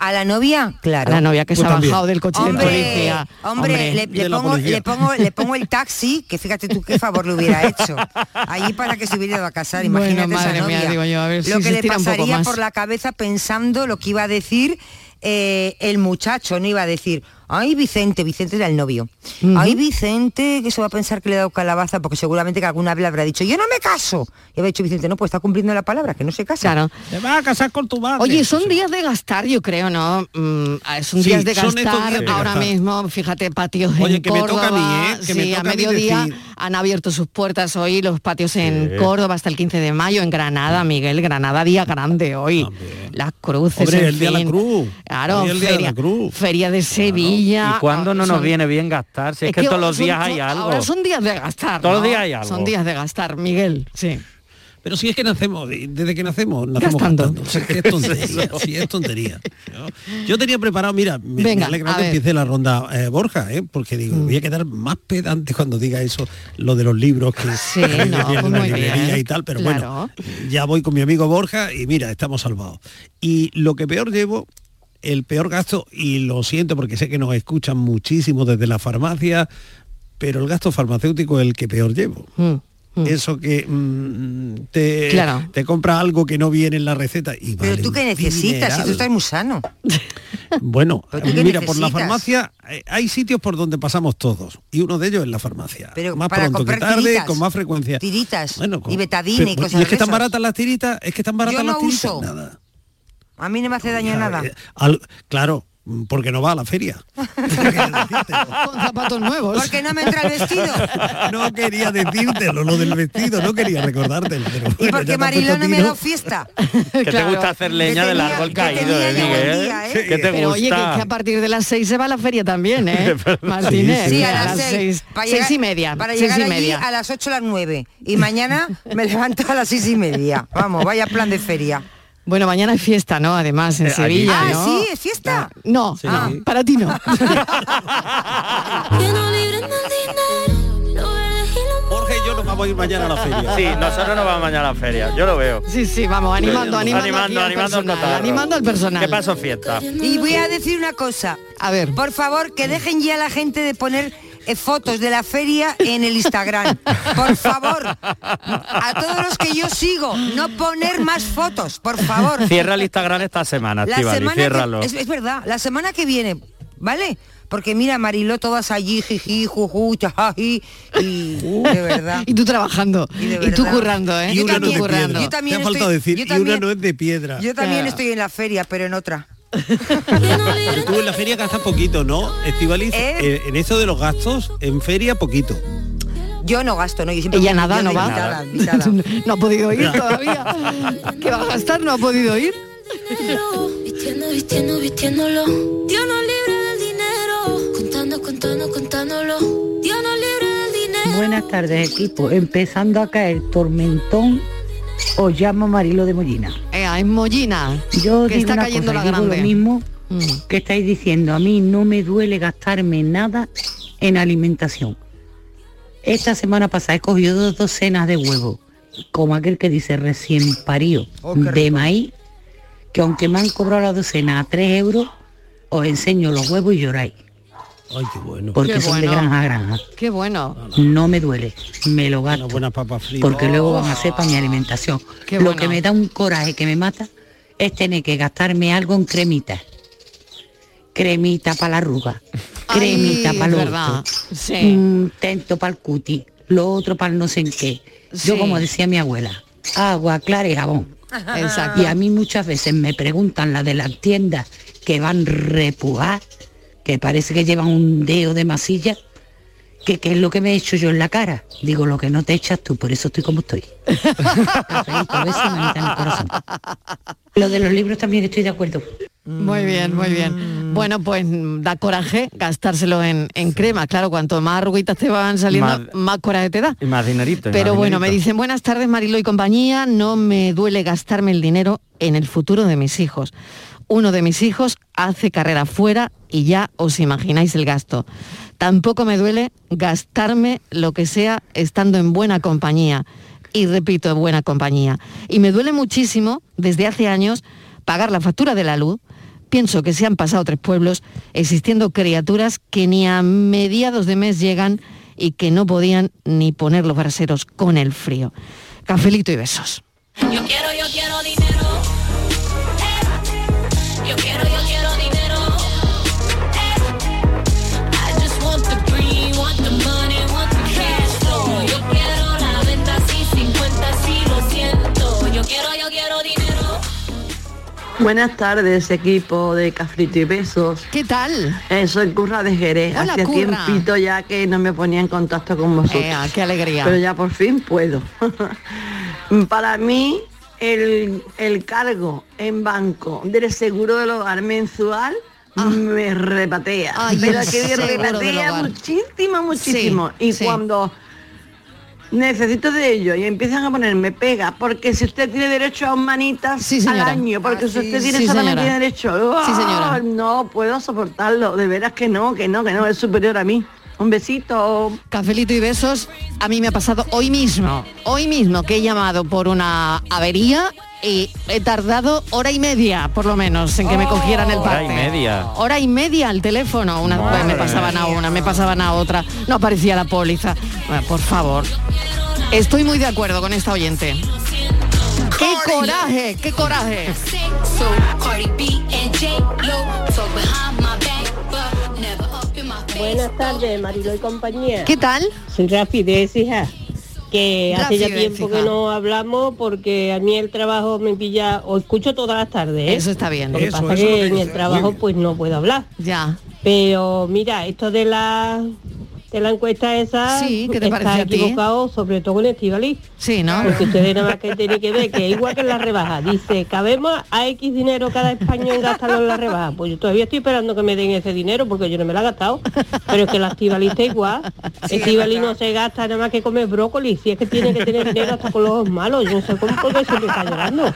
[SPEAKER 4] A la novia,
[SPEAKER 3] a
[SPEAKER 4] claro.
[SPEAKER 3] la novia que
[SPEAKER 6] Pues
[SPEAKER 3] se
[SPEAKER 6] también.
[SPEAKER 3] ha bajado del coche de
[SPEAKER 4] Hombre,
[SPEAKER 3] policía.
[SPEAKER 4] hombre, le, le
[SPEAKER 6] de la
[SPEAKER 4] pongo,
[SPEAKER 6] policía.
[SPEAKER 4] le, pongo,
[SPEAKER 7] <laughs>
[SPEAKER 4] le pongo el taxi, que fíjate tú qué favor le hubiera hecho. Allí para que se hubiera ido a casar,
[SPEAKER 3] Bueno,
[SPEAKER 4] imagínate
[SPEAKER 3] madre
[SPEAKER 4] esa
[SPEAKER 3] mía,
[SPEAKER 4] novia.
[SPEAKER 3] digo yo, a ver
[SPEAKER 4] lo
[SPEAKER 3] si
[SPEAKER 4] que
[SPEAKER 3] se
[SPEAKER 4] le
[SPEAKER 3] estira un poco
[SPEAKER 4] pasaría
[SPEAKER 3] más.
[SPEAKER 4] por la cabeza pensando lo que iba a decir eh, el muchacho, no iba a decir, ay Vicente, Vicente era el novio. Ay Vicente, que se va a pensar que le he dado calabaza, porque seguramente que alguna vez le habrá dicho, yo no me caso. Y había dicho Vicente, no, pues está cumpliendo la palabra, que no se casa.
[SPEAKER 3] Claro.
[SPEAKER 6] Te vas a casar con tu madre.
[SPEAKER 3] Oye, son días de gastar, yo creo, ¿no? Mm, ah, son
[SPEAKER 6] Sí,
[SPEAKER 3] días de
[SPEAKER 6] son
[SPEAKER 3] gastar
[SPEAKER 6] estos días de
[SPEAKER 3] ahora
[SPEAKER 6] gastar.
[SPEAKER 3] mismo, fíjate, patios
[SPEAKER 6] Oye,
[SPEAKER 3] en
[SPEAKER 6] que me toca a mí,
[SPEAKER 3] Córdoba,
[SPEAKER 6] ¿eh? Que me
[SPEAKER 3] sí,
[SPEAKER 6] toca
[SPEAKER 3] a
[SPEAKER 6] a mí
[SPEAKER 3] mediodía
[SPEAKER 6] decir.
[SPEAKER 3] han abierto sus puertas hoy los patios en
[SPEAKER 7] Sí.
[SPEAKER 3] Córdoba hasta el 15 de mayo, en Granada, Miguel, Granada, día grande hoy.
[SPEAKER 6] Hombre.
[SPEAKER 3] Las cruces,
[SPEAKER 6] Hombre,
[SPEAKER 3] en
[SPEAKER 6] el Día de la
[SPEAKER 3] fin.
[SPEAKER 6] Cruz.
[SPEAKER 3] Claro,
[SPEAKER 6] Hoy el Día de
[SPEAKER 3] feria,
[SPEAKER 6] la Cruz.
[SPEAKER 3] feria de Sevilla.
[SPEAKER 7] ¿Y cuándo no nos
[SPEAKER 3] Ah, Son-
[SPEAKER 7] viene bien gastar? Si es, que, todos los
[SPEAKER 3] son-
[SPEAKER 7] días hay algo.
[SPEAKER 3] Ahora son
[SPEAKER 6] ¿Eh?
[SPEAKER 3] días de gastar.
[SPEAKER 7] Todos los
[SPEAKER 3] ¿no?
[SPEAKER 7] días hay algo.
[SPEAKER 3] Son días de gastar, Miguel, sí.
[SPEAKER 6] Pero si es que nacemos, de- desde que nacemos, nacemos
[SPEAKER 3] Gastando.
[SPEAKER 6] gastando. O sea, que es
[SPEAKER 3] <laughs>
[SPEAKER 6] tontería, sí, es tontería. Yo, yo tenía preparado, mira, me,
[SPEAKER 3] Venga,
[SPEAKER 6] me alegra
[SPEAKER 3] a
[SPEAKER 6] que
[SPEAKER 3] ver. Mm.
[SPEAKER 6] empiece la ronda eh, Borja, eh, porque digo, voy a quedar más pedante cuando diga eso, lo de los libros que <laughs>
[SPEAKER 3] Sí,
[SPEAKER 6] que me
[SPEAKER 3] no,
[SPEAKER 6] metí en
[SPEAKER 3] pues
[SPEAKER 6] la
[SPEAKER 3] muy
[SPEAKER 6] librería
[SPEAKER 3] bien.
[SPEAKER 6] y tal, pero
[SPEAKER 3] Claro.
[SPEAKER 6] bueno, ya voy con mi amigo Borja y mira, estamos salvados. Y lo que peor llevo el peor gasto, y lo siento porque sé que nos escuchan muchísimo desde la farmacia, pero el gasto farmacéutico es el que peor llevo.
[SPEAKER 3] Mm, mm.
[SPEAKER 6] Eso que mm, te,
[SPEAKER 3] Claro.
[SPEAKER 6] te compra algo que no viene en la receta y
[SPEAKER 4] Pero
[SPEAKER 6] vale
[SPEAKER 4] tú qué
[SPEAKER 6] un
[SPEAKER 4] necesitas, si tú estás
[SPEAKER 6] dineral.
[SPEAKER 4] muy sano.
[SPEAKER 6] Bueno,
[SPEAKER 4] ¿Pero tú qué
[SPEAKER 6] mira, por la
[SPEAKER 4] necesitas?
[SPEAKER 6] farmacia eh, hay sitios por donde pasamos todos y uno de ellos es la farmacia.
[SPEAKER 4] Pero
[SPEAKER 6] más
[SPEAKER 4] para
[SPEAKER 6] pronto que
[SPEAKER 4] comprar
[SPEAKER 6] tarde,
[SPEAKER 4] tiritas.
[SPEAKER 6] con más frecuencia.
[SPEAKER 4] Tiritas y
[SPEAKER 6] con-
[SPEAKER 4] betadine y
[SPEAKER 6] pero-
[SPEAKER 4] cosas
[SPEAKER 6] y es
[SPEAKER 4] de
[SPEAKER 6] que están
[SPEAKER 4] esas.
[SPEAKER 6] baratas las tiritas, es que están baratas
[SPEAKER 4] Yo no
[SPEAKER 6] las tiritas.
[SPEAKER 4] uso.
[SPEAKER 6] Nada.
[SPEAKER 4] A mí no me hace daño nada.
[SPEAKER 6] Eh, al- claro, mm, porque no va a la feria.
[SPEAKER 3] Con zapatos nuevos.
[SPEAKER 4] Porque no me entra el vestido.
[SPEAKER 6] No quería decírtelo, lo del vestido, no quería recordártelo. pero
[SPEAKER 4] Y
[SPEAKER 6] <laughs> bueno,
[SPEAKER 4] porque
[SPEAKER 6] ya me has
[SPEAKER 4] Mariló
[SPEAKER 6] puesto
[SPEAKER 4] no me ha
[SPEAKER 6] tiro.
[SPEAKER 4] dado fiesta.
[SPEAKER 7] Que te
[SPEAKER 3] Claro.
[SPEAKER 7] gusta hacer leña
[SPEAKER 4] Que
[SPEAKER 7] del
[SPEAKER 4] tenía-
[SPEAKER 7] árbol
[SPEAKER 4] que
[SPEAKER 7] caído,
[SPEAKER 4] tenía
[SPEAKER 7] de
[SPEAKER 4] ya
[SPEAKER 7] Miguel,
[SPEAKER 4] buen
[SPEAKER 7] ¿eh?
[SPEAKER 4] día, ¿eh?
[SPEAKER 7] Que te
[SPEAKER 3] Pero oye, que,
[SPEAKER 7] gusta.
[SPEAKER 3] que a partir de las seis se va a la feria también, ¿eh? Martínez.
[SPEAKER 4] Sí, a las
[SPEAKER 3] seis.
[SPEAKER 4] seis. Para
[SPEAKER 3] Seis
[SPEAKER 4] llegar-
[SPEAKER 3] y media.
[SPEAKER 4] Para
[SPEAKER 3] seis
[SPEAKER 4] llegar
[SPEAKER 3] y
[SPEAKER 4] allí
[SPEAKER 3] media.
[SPEAKER 4] a las 8 a las 9. Y mañana me levanto a las seis y media. Vamos, vaya plan de feria.
[SPEAKER 3] Bueno, mañana es fiesta, ¿no? Además, en
[SPEAKER 7] Eh, allí
[SPEAKER 3] Sevilla,
[SPEAKER 4] Ah,
[SPEAKER 3] ¿no?
[SPEAKER 4] sí, es fiesta.
[SPEAKER 3] No,
[SPEAKER 7] Sí.
[SPEAKER 3] ah, para ti
[SPEAKER 4] <laughs>
[SPEAKER 3] no.
[SPEAKER 5] Que no libren el dinero, lo veré y lo
[SPEAKER 6] Jorge y yo nos vamos a ir mañana a la feria.
[SPEAKER 7] Sí, nosotros nos vamos mañana a la feria, yo lo veo.
[SPEAKER 3] Sí, sí, vamos, animando, animando, aquí
[SPEAKER 7] animando,
[SPEAKER 3] al
[SPEAKER 7] animando al
[SPEAKER 3] personal,
[SPEAKER 7] cotarro.
[SPEAKER 3] animando al personal.
[SPEAKER 7] ¿Qué pasó fiesta?
[SPEAKER 4] Y voy a decir una cosa.
[SPEAKER 3] A ver,
[SPEAKER 4] Por favor, que dejen ya a la gente de poner eh, fotos de la feria en el Instagram. Por favor. A todos los que yo sigo, no poner más fotos, por favor.
[SPEAKER 7] Cierra el Instagram esta semana,
[SPEAKER 4] La
[SPEAKER 7] Estivali,
[SPEAKER 4] semana que-
[SPEAKER 7] ciérralo.
[SPEAKER 4] es, es verdad, la semana que viene, ¿vale? Porque mira, Mariló, todas allí, jiji, juju, chajají, y de verdad.
[SPEAKER 3] <laughs> y tú trabajando,
[SPEAKER 4] Y de
[SPEAKER 3] y, tú
[SPEAKER 4] verdad.
[SPEAKER 3] currando, ¿eh?
[SPEAKER 6] Y
[SPEAKER 3] tú
[SPEAKER 6] una no es de
[SPEAKER 3] currando.
[SPEAKER 6] piedra.
[SPEAKER 4] Yo también
[SPEAKER 6] Te ha faltado
[SPEAKER 4] estoy-
[SPEAKER 6] decir,
[SPEAKER 4] yo
[SPEAKER 6] y una
[SPEAKER 4] también-
[SPEAKER 6] no es de piedra.
[SPEAKER 4] Yo también
[SPEAKER 3] Claro.
[SPEAKER 4] estoy en la feria, pero en otra.
[SPEAKER 5] que no
[SPEAKER 6] Pero
[SPEAKER 5] libren
[SPEAKER 6] tú en la feria gastas poquito, ¿no? Estivaliz,
[SPEAKER 4] ¿Eh?
[SPEAKER 6] eh, en eso de los gastos, en feria poquito.
[SPEAKER 4] Yo no gasto, no, yo siempre
[SPEAKER 3] Ella
[SPEAKER 4] voy
[SPEAKER 3] nada,
[SPEAKER 4] yo
[SPEAKER 3] no
[SPEAKER 4] de
[SPEAKER 3] va. <laughs>
[SPEAKER 4] invitada, invitada.
[SPEAKER 3] no ha podido ir todavía. ¿Qué va a gastar? No ha podido ir.
[SPEAKER 5] dinero, vistiendo, vistiendo, vistiéndolo. Dios no libre del dinero, contando, contando, contándolo. Dios no libre del dinero.
[SPEAKER 8] Buenas tardes, equipo. Empezando a caer tormentón, os llamo Marilo de Molina.
[SPEAKER 3] Ea, en Eh, Mollina,
[SPEAKER 8] Yo
[SPEAKER 3] que
[SPEAKER 8] digo
[SPEAKER 3] está
[SPEAKER 8] una
[SPEAKER 3] cayendo
[SPEAKER 8] cosa,
[SPEAKER 3] la
[SPEAKER 8] digo
[SPEAKER 3] grande.
[SPEAKER 8] lo mismo
[SPEAKER 3] Mm.
[SPEAKER 8] que estáis diciendo. A mí no me duele gastarme nada en alimentación. Esta semana pasada he cogido dos docenas de huevos, como aquel que dice recién parido,
[SPEAKER 4] Oh, qué
[SPEAKER 8] de maíz, que aunque me han cobrado la docena a 3 euros, os enseño los huevos y lloráis,
[SPEAKER 6] Ay, qué bueno.
[SPEAKER 8] porque
[SPEAKER 3] Qué
[SPEAKER 8] son de
[SPEAKER 3] bueno.
[SPEAKER 8] granja a granja.
[SPEAKER 3] Qué bueno.
[SPEAKER 8] No me duele, me lo
[SPEAKER 6] Unas
[SPEAKER 8] gasto
[SPEAKER 6] buenas papas fritas.
[SPEAKER 8] porque luego van a hacer para mi alimentación.
[SPEAKER 3] Qué
[SPEAKER 8] Lo
[SPEAKER 3] bueno.
[SPEAKER 8] que me da un coraje que me mata es tener que gastarme algo en cremita. Cremita para la arruga,
[SPEAKER 3] Ay,
[SPEAKER 8] cremita
[SPEAKER 3] es
[SPEAKER 8] para lo
[SPEAKER 3] verdad.
[SPEAKER 8] otro,
[SPEAKER 3] Sí.
[SPEAKER 8] un tento para el cuti, lo otro para el no sé en qué.
[SPEAKER 3] Sí.
[SPEAKER 8] Yo como decía mi abuela, agua clara y jabón.
[SPEAKER 3] Exacto.
[SPEAKER 8] Y a mí muchas veces me preguntan las de las tiendas que van repujar, que parece que llevan un dedo de masilla, que qué es lo que me he hecho yo en la cara. Digo, lo que no te echas tú, por eso estoy como estoy. Cafelito, beso y manita en el
[SPEAKER 3] <laughs>
[SPEAKER 8] corazón. Lo de los libros también estoy de acuerdo.
[SPEAKER 3] Muy bien, muy bien. Bueno, pues mm, da coraje gastárselo en, en crema. Claro, cuanto más arruguitas te van saliendo,
[SPEAKER 7] Más-
[SPEAKER 3] más coraje te da.
[SPEAKER 7] Y más dinerito. y
[SPEAKER 3] Pero
[SPEAKER 7] más
[SPEAKER 3] bueno, me
[SPEAKER 7] dinerito.
[SPEAKER 3] dicen buenas tardes Marilo y compañía, no me duele gastarme el dinero en el futuro de mis hijos. Uno de mis hijos hace carrera fuera y ya os imagináis el gasto. Tampoco me duele gastarme lo que sea estando en buena compañía. Y repito, en buena compañía. Y me duele muchísimo, desde hace años, pagar la factura de la luz. Pienso que se han pasado tres pueblos existiendo criaturas que ni a mediados de mes llegan y que no podían ni poner los braseros con el frío. Cafelito y besos.
[SPEAKER 5] Yo quiero, yo quiero dinero. Eh. Yo quiero, yo quiero dinero. Eh. I just want the green, want the money, want the cash flow. Yo quiero la venta sin 50, sí lo siento. Yo quiero, yo quiero dinero.
[SPEAKER 9] Buenas tardes, equipo de Cafrito y Besos.
[SPEAKER 3] ¿Qué tal?
[SPEAKER 9] Eh, soy Curra de Jerez.
[SPEAKER 3] Hola,
[SPEAKER 9] Hacía
[SPEAKER 3] Curra.
[SPEAKER 9] tiempito ya que no me ponía en contacto con vosotros.
[SPEAKER 3] Ea, qué alegría.
[SPEAKER 9] Pero ya por fin puedo. <laughs> Para mí, el, el cargo en banco del seguro del hogar mensual me repatea.
[SPEAKER 3] Ah. Ay,
[SPEAKER 9] Pero
[SPEAKER 3] el
[SPEAKER 9] que me
[SPEAKER 3] seguro del
[SPEAKER 9] repatea
[SPEAKER 3] hogar.
[SPEAKER 9] muchísimo, muchísimo.
[SPEAKER 3] Sí,
[SPEAKER 9] y
[SPEAKER 3] sí.
[SPEAKER 9] cuando necesito de ello y empiezan a ponerme pega, porque si usted tiene derecho a un manitas
[SPEAKER 3] Sí,
[SPEAKER 9] al
[SPEAKER 3] señora. Ah,
[SPEAKER 9] año, porque si usted tiene
[SPEAKER 3] sí,
[SPEAKER 9] solamente
[SPEAKER 3] señora.
[SPEAKER 9] derecho.
[SPEAKER 3] Sí, señora.
[SPEAKER 9] ¡Ah! No puedo soportarlo, de veras que no, que no, que no, es superior a mí. Un besito.
[SPEAKER 3] Cafelito y besos. A mí me ha pasado hoy mismo, hoy mismo que he llamado por una avería y he tardado hora y media, por lo menos, en que me cogieran el
[SPEAKER 7] Oh. Hora
[SPEAKER 3] parte.
[SPEAKER 7] y media.
[SPEAKER 3] Hora y media al teléfono. Una pues,
[SPEAKER 7] Madre
[SPEAKER 3] me pasaban a una, me pasaban a otra. No aparecía la póliza. Bueno, por favor. Estoy muy de acuerdo con esta oyente. ¡Qué coraje! ¡Qué coraje!
[SPEAKER 5] So Cardi B and J Lo talk behind my back, but never up in my face.
[SPEAKER 8] tardes, Marilo y compañía.
[SPEAKER 3] ¿Qué tal?
[SPEAKER 8] Sin rapidez, hija.
[SPEAKER 10] que Eh, hace ya
[SPEAKER 3] Rafibel,
[SPEAKER 10] tiempo
[SPEAKER 3] fija.
[SPEAKER 10] que no hablamos porque a mí el trabajo me pilla, o escucho todas las tardes. ¿eh?
[SPEAKER 3] Eso está bien.
[SPEAKER 10] Lo que
[SPEAKER 3] Eso,
[SPEAKER 10] pasa
[SPEAKER 3] eso lo
[SPEAKER 10] que
[SPEAKER 3] que
[SPEAKER 10] en el
[SPEAKER 3] dices, muy
[SPEAKER 10] trabajo
[SPEAKER 3] bien.
[SPEAKER 10] pues no puedo hablar.
[SPEAKER 3] Ya.
[SPEAKER 10] Pero mira, esto de la de la encuesta esa
[SPEAKER 3] Sí, ¿qué te
[SPEAKER 10] está
[SPEAKER 3] parece a ti?
[SPEAKER 10] equivocado, sobre todo con Estivali.
[SPEAKER 3] Sí, ¿no?
[SPEAKER 10] Porque ustedes nada más que tienen que ver que es igual que en la rebaja. Dice, cabemos a X dinero cada español gastado en la rebaja. Pues yo todavía estoy esperando que me den ese dinero porque yo no me la he gastado. Pero es que la Estivali está igual.
[SPEAKER 11] Sí,
[SPEAKER 10] Estivali
[SPEAKER 11] es
[SPEAKER 10] no se gasta nada más que comer brócoli. Si es que tiene que tener dinero hasta con los ojos malos. Yo no sé cómo porque se me está llorando.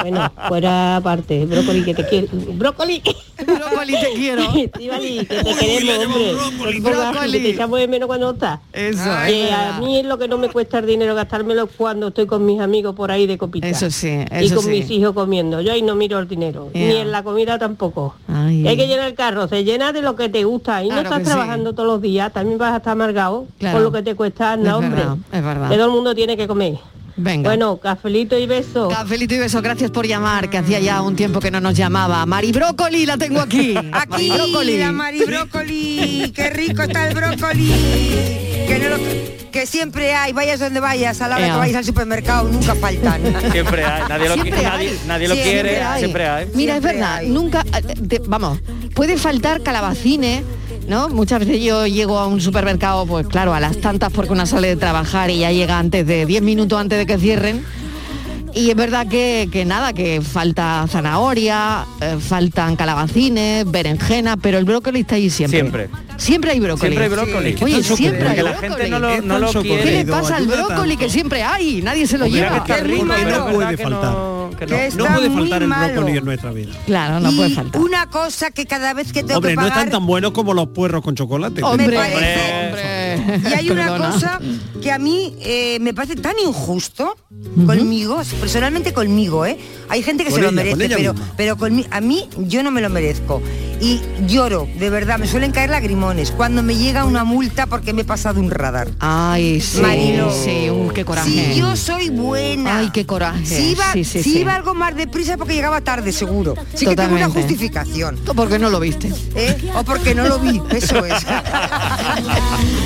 [SPEAKER 10] Bueno, fuera parte. Brócoli que te quiero. Brócoli.
[SPEAKER 3] Brócoli te
[SPEAKER 10] <laughs>
[SPEAKER 3] quiero.
[SPEAKER 10] Estivali, que te queremos, hombre. No te pongas así,
[SPEAKER 3] Brócoli.
[SPEAKER 10] que te echamos de menos cuando no estás.
[SPEAKER 3] Eso,
[SPEAKER 10] Que
[SPEAKER 3] es
[SPEAKER 10] a
[SPEAKER 3] verdad.
[SPEAKER 10] mí es lo que no me cuesta el dinero gastármelo cuando estoy con mis amigos por ahí de copita.
[SPEAKER 3] Eso sí,
[SPEAKER 10] Y
[SPEAKER 3] eso
[SPEAKER 10] con
[SPEAKER 3] sí.
[SPEAKER 10] mis hijos comiendo. Yo ahí no miro el dinero. Ni
[SPEAKER 3] Yeah.
[SPEAKER 10] en la comida tampoco.
[SPEAKER 3] Ay.
[SPEAKER 10] Y Hay que llenar el carro. Se llena de lo que te gusta. Y
[SPEAKER 3] Claro
[SPEAKER 10] no
[SPEAKER 3] que
[SPEAKER 10] estás
[SPEAKER 3] sí.
[SPEAKER 10] trabajando todos los días. También vas a estar amargado
[SPEAKER 3] Claro.
[SPEAKER 10] por lo que te cuesta
[SPEAKER 3] Es
[SPEAKER 10] andar, hombre.
[SPEAKER 3] verdad, es verdad.
[SPEAKER 10] Que todo el mundo tiene que comer.
[SPEAKER 3] Venga.
[SPEAKER 10] Bueno, cafelito y beso.
[SPEAKER 3] Cafelito y beso, gracias por llamar, que hacía ya un tiempo que no nos llamaba. Mari Brócoli, la tengo aquí.
[SPEAKER 4] <laughs>
[SPEAKER 3] Mari
[SPEAKER 4] Aquí,
[SPEAKER 3] Brócoli.
[SPEAKER 4] la Mari Brócoli, qué rico está el brócoli. Que, no lo- que siempre hay, vayas donde vayas, a la hora
[SPEAKER 7] Ea.
[SPEAKER 4] que vayas al supermercado, nunca faltan.
[SPEAKER 7] Siempre hay, nadie lo,
[SPEAKER 4] Siempre
[SPEAKER 7] nadie, nadie lo
[SPEAKER 4] Siempre
[SPEAKER 7] quiere,
[SPEAKER 4] hay.
[SPEAKER 7] siempre hay.
[SPEAKER 3] Mira, es verdad, nunca, eh, te- vamos, puede faltar calabacines, ¿no? Muchas veces yo llego a un supermercado, pues claro, a las tantas porque una sale de trabajar y ya llega antes de 10 minutos antes de que cierren. Y es verdad que, que nada, que falta zanahoria, eh, faltan calabacines, berenjena, pero el brócoli está ahí siempre.
[SPEAKER 7] Siempre.
[SPEAKER 3] Siempre hay brócoli.
[SPEAKER 7] Siempre hay brócoli.
[SPEAKER 3] Sí.
[SPEAKER 7] Que
[SPEAKER 3] Oye,
[SPEAKER 7] están socorridos.
[SPEAKER 3] siempre hay
[SPEAKER 7] Que la
[SPEAKER 3] brócoli.
[SPEAKER 7] gente no lo- no lo
[SPEAKER 3] Están
[SPEAKER 7] quiere.
[SPEAKER 3] ¿Qué le pasa al
[SPEAKER 7] Ayuda
[SPEAKER 3] brócoli que siempre hay? Nadie se lo
[SPEAKER 7] Mira
[SPEAKER 3] lleva.
[SPEAKER 7] que está rico, pero es verdad
[SPEAKER 6] puede
[SPEAKER 7] que no-
[SPEAKER 6] faltar.
[SPEAKER 7] que
[SPEAKER 4] Que
[SPEAKER 6] No
[SPEAKER 4] está
[SPEAKER 6] puede
[SPEAKER 4] muy
[SPEAKER 6] faltar el
[SPEAKER 4] malo.
[SPEAKER 6] brócoli en nuestra vida.
[SPEAKER 3] Claro, no puede faltar.
[SPEAKER 4] Una cosa que cada vez que tengo
[SPEAKER 6] Hombre,
[SPEAKER 4] que
[SPEAKER 6] no están
[SPEAKER 4] pagar...
[SPEAKER 6] tan buenos como los puerros con chocolate.
[SPEAKER 4] Hombre,
[SPEAKER 6] Pero-
[SPEAKER 4] parece- Y hay una
[SPEAKER 6] Perdona.
[SPEAKER 4] cosa que a mí eh, me parece tan injusto conmigo, personalmente conmigo, ¿eh? Hay gente que
[SPEAKER 9] Con
[SPEAKER 4] se lo
[SPEAKER 9] ella,
[SPEAKER 4] merece,
[SPEAKER 9] con ella
[SPEAKER 4] pero,
[SPEAKER 9] misma.
[SPEAKER 4] pero conmi- a mí yo no me lo merezco. Y lloro, de verdad, me suelen caer lagrimones cuando me llega una multa porque me he pasado un radar.
[SPEAKER 3] Ay, sí,
[SPEAKER 4] Marilo.
[SPEAKER 3] sí, un- qué coraje.
[SPEAKER 4] Si yo soy buena.
[SPEAKER 3] Ay, qué coraje.
[SPEAKER 4] Si iba,
[SPEAKER 3] Sí, sí,
[SPEAKER 4] si
[SPEAKER 3] sí.
[SPEAKER 4] iba algo más deprisa porque llegaba tarde, seguro. Sí que tengo una
[SPEAKER 3] Totalmente.
[SPEAKER 4] justificación.
[SPEAKER 3] Porque no lo viste.
[SPEAKER 4] ¿eh? O porque no lo vi, eso es.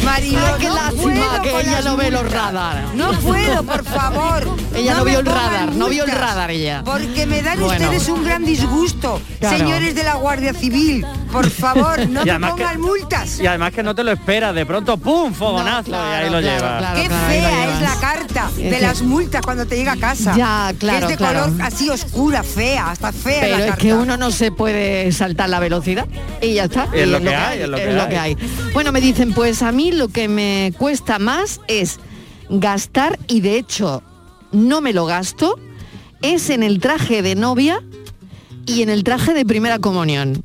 [SPEAKER 4] Marilo,
[SPEAKER 3] <laughs> Ay, qué
[SPEAKER 4] no
[SPEAKER 3] lástima
[SPEAKER 4] puedo
[SPEAKER 3] que
[SPEAKER 4] con
[SPEAKER 3] ella
[SPEAKER 4] las
[SPEAKER 3] no ve los
[SPEAKER 4] multas.
[SPEAKER 3] radar.
[SPEAKER 4] No puedo, por favor.
[SPEAKER 3] Ella no
[SPEAKER 4] me
[SPEAKER 3] vio el
[SPEAKER 4] pongan
[SPEAKER 3] radar, no vio el
[SPEAKER 4] multas,
[SPEAKER 3] radar ella.
[SPEAKER 4] Porque me dan
[SPEAKER 3] Bueno.
[SPEAKER 4] ustedes un gran disgusto,
[SPEAKER 7] Claro.
[SPEAKER 4] señores de la Guardia Civil. Por favor,
[SPEAKER 7] <laughs>
[SPEAKER 4] no
[SPEAKER 7] Y
[SPEAKER 4] me
[SPEAKER 7] además que-
[SPEAKER 4] pongan multas.
[SPEAKER 7] Y además que no te lo esperas, de pronto, ¡pum! Fogonazo, y ahí lo lleva.
[SPEAKER 4] Qué fea es la carta de
[SPEAKER 7] que-
[SPEAKER 4] las multas cuando te llega a casa.
[SPEAKER 3] Ya, claro,
[SPEAKER 4] Que Es de
[SPEAKER 3] claro.
[SPEAKER 4] color así oscura, fea, hasta fea
[SPEAKER 3] Pero
[SPEAKER 4] la
[SPEAKER 3] es
[SPEAKER 4] carta.
[SPEAKER 3] que uno no se puede saltar la velocidad y ya está.
[SPEAKER 7] Es
[SPEAKER 3] Y
[SPEAKER 7] lo que hay, es lo que hay.
[SPEAKER 3] Bueno, me dicen, pues a mí lo que me cuesta más es gastar y de hecho no me lo gasto, es en el traje de novia y en el traje de primera comunión.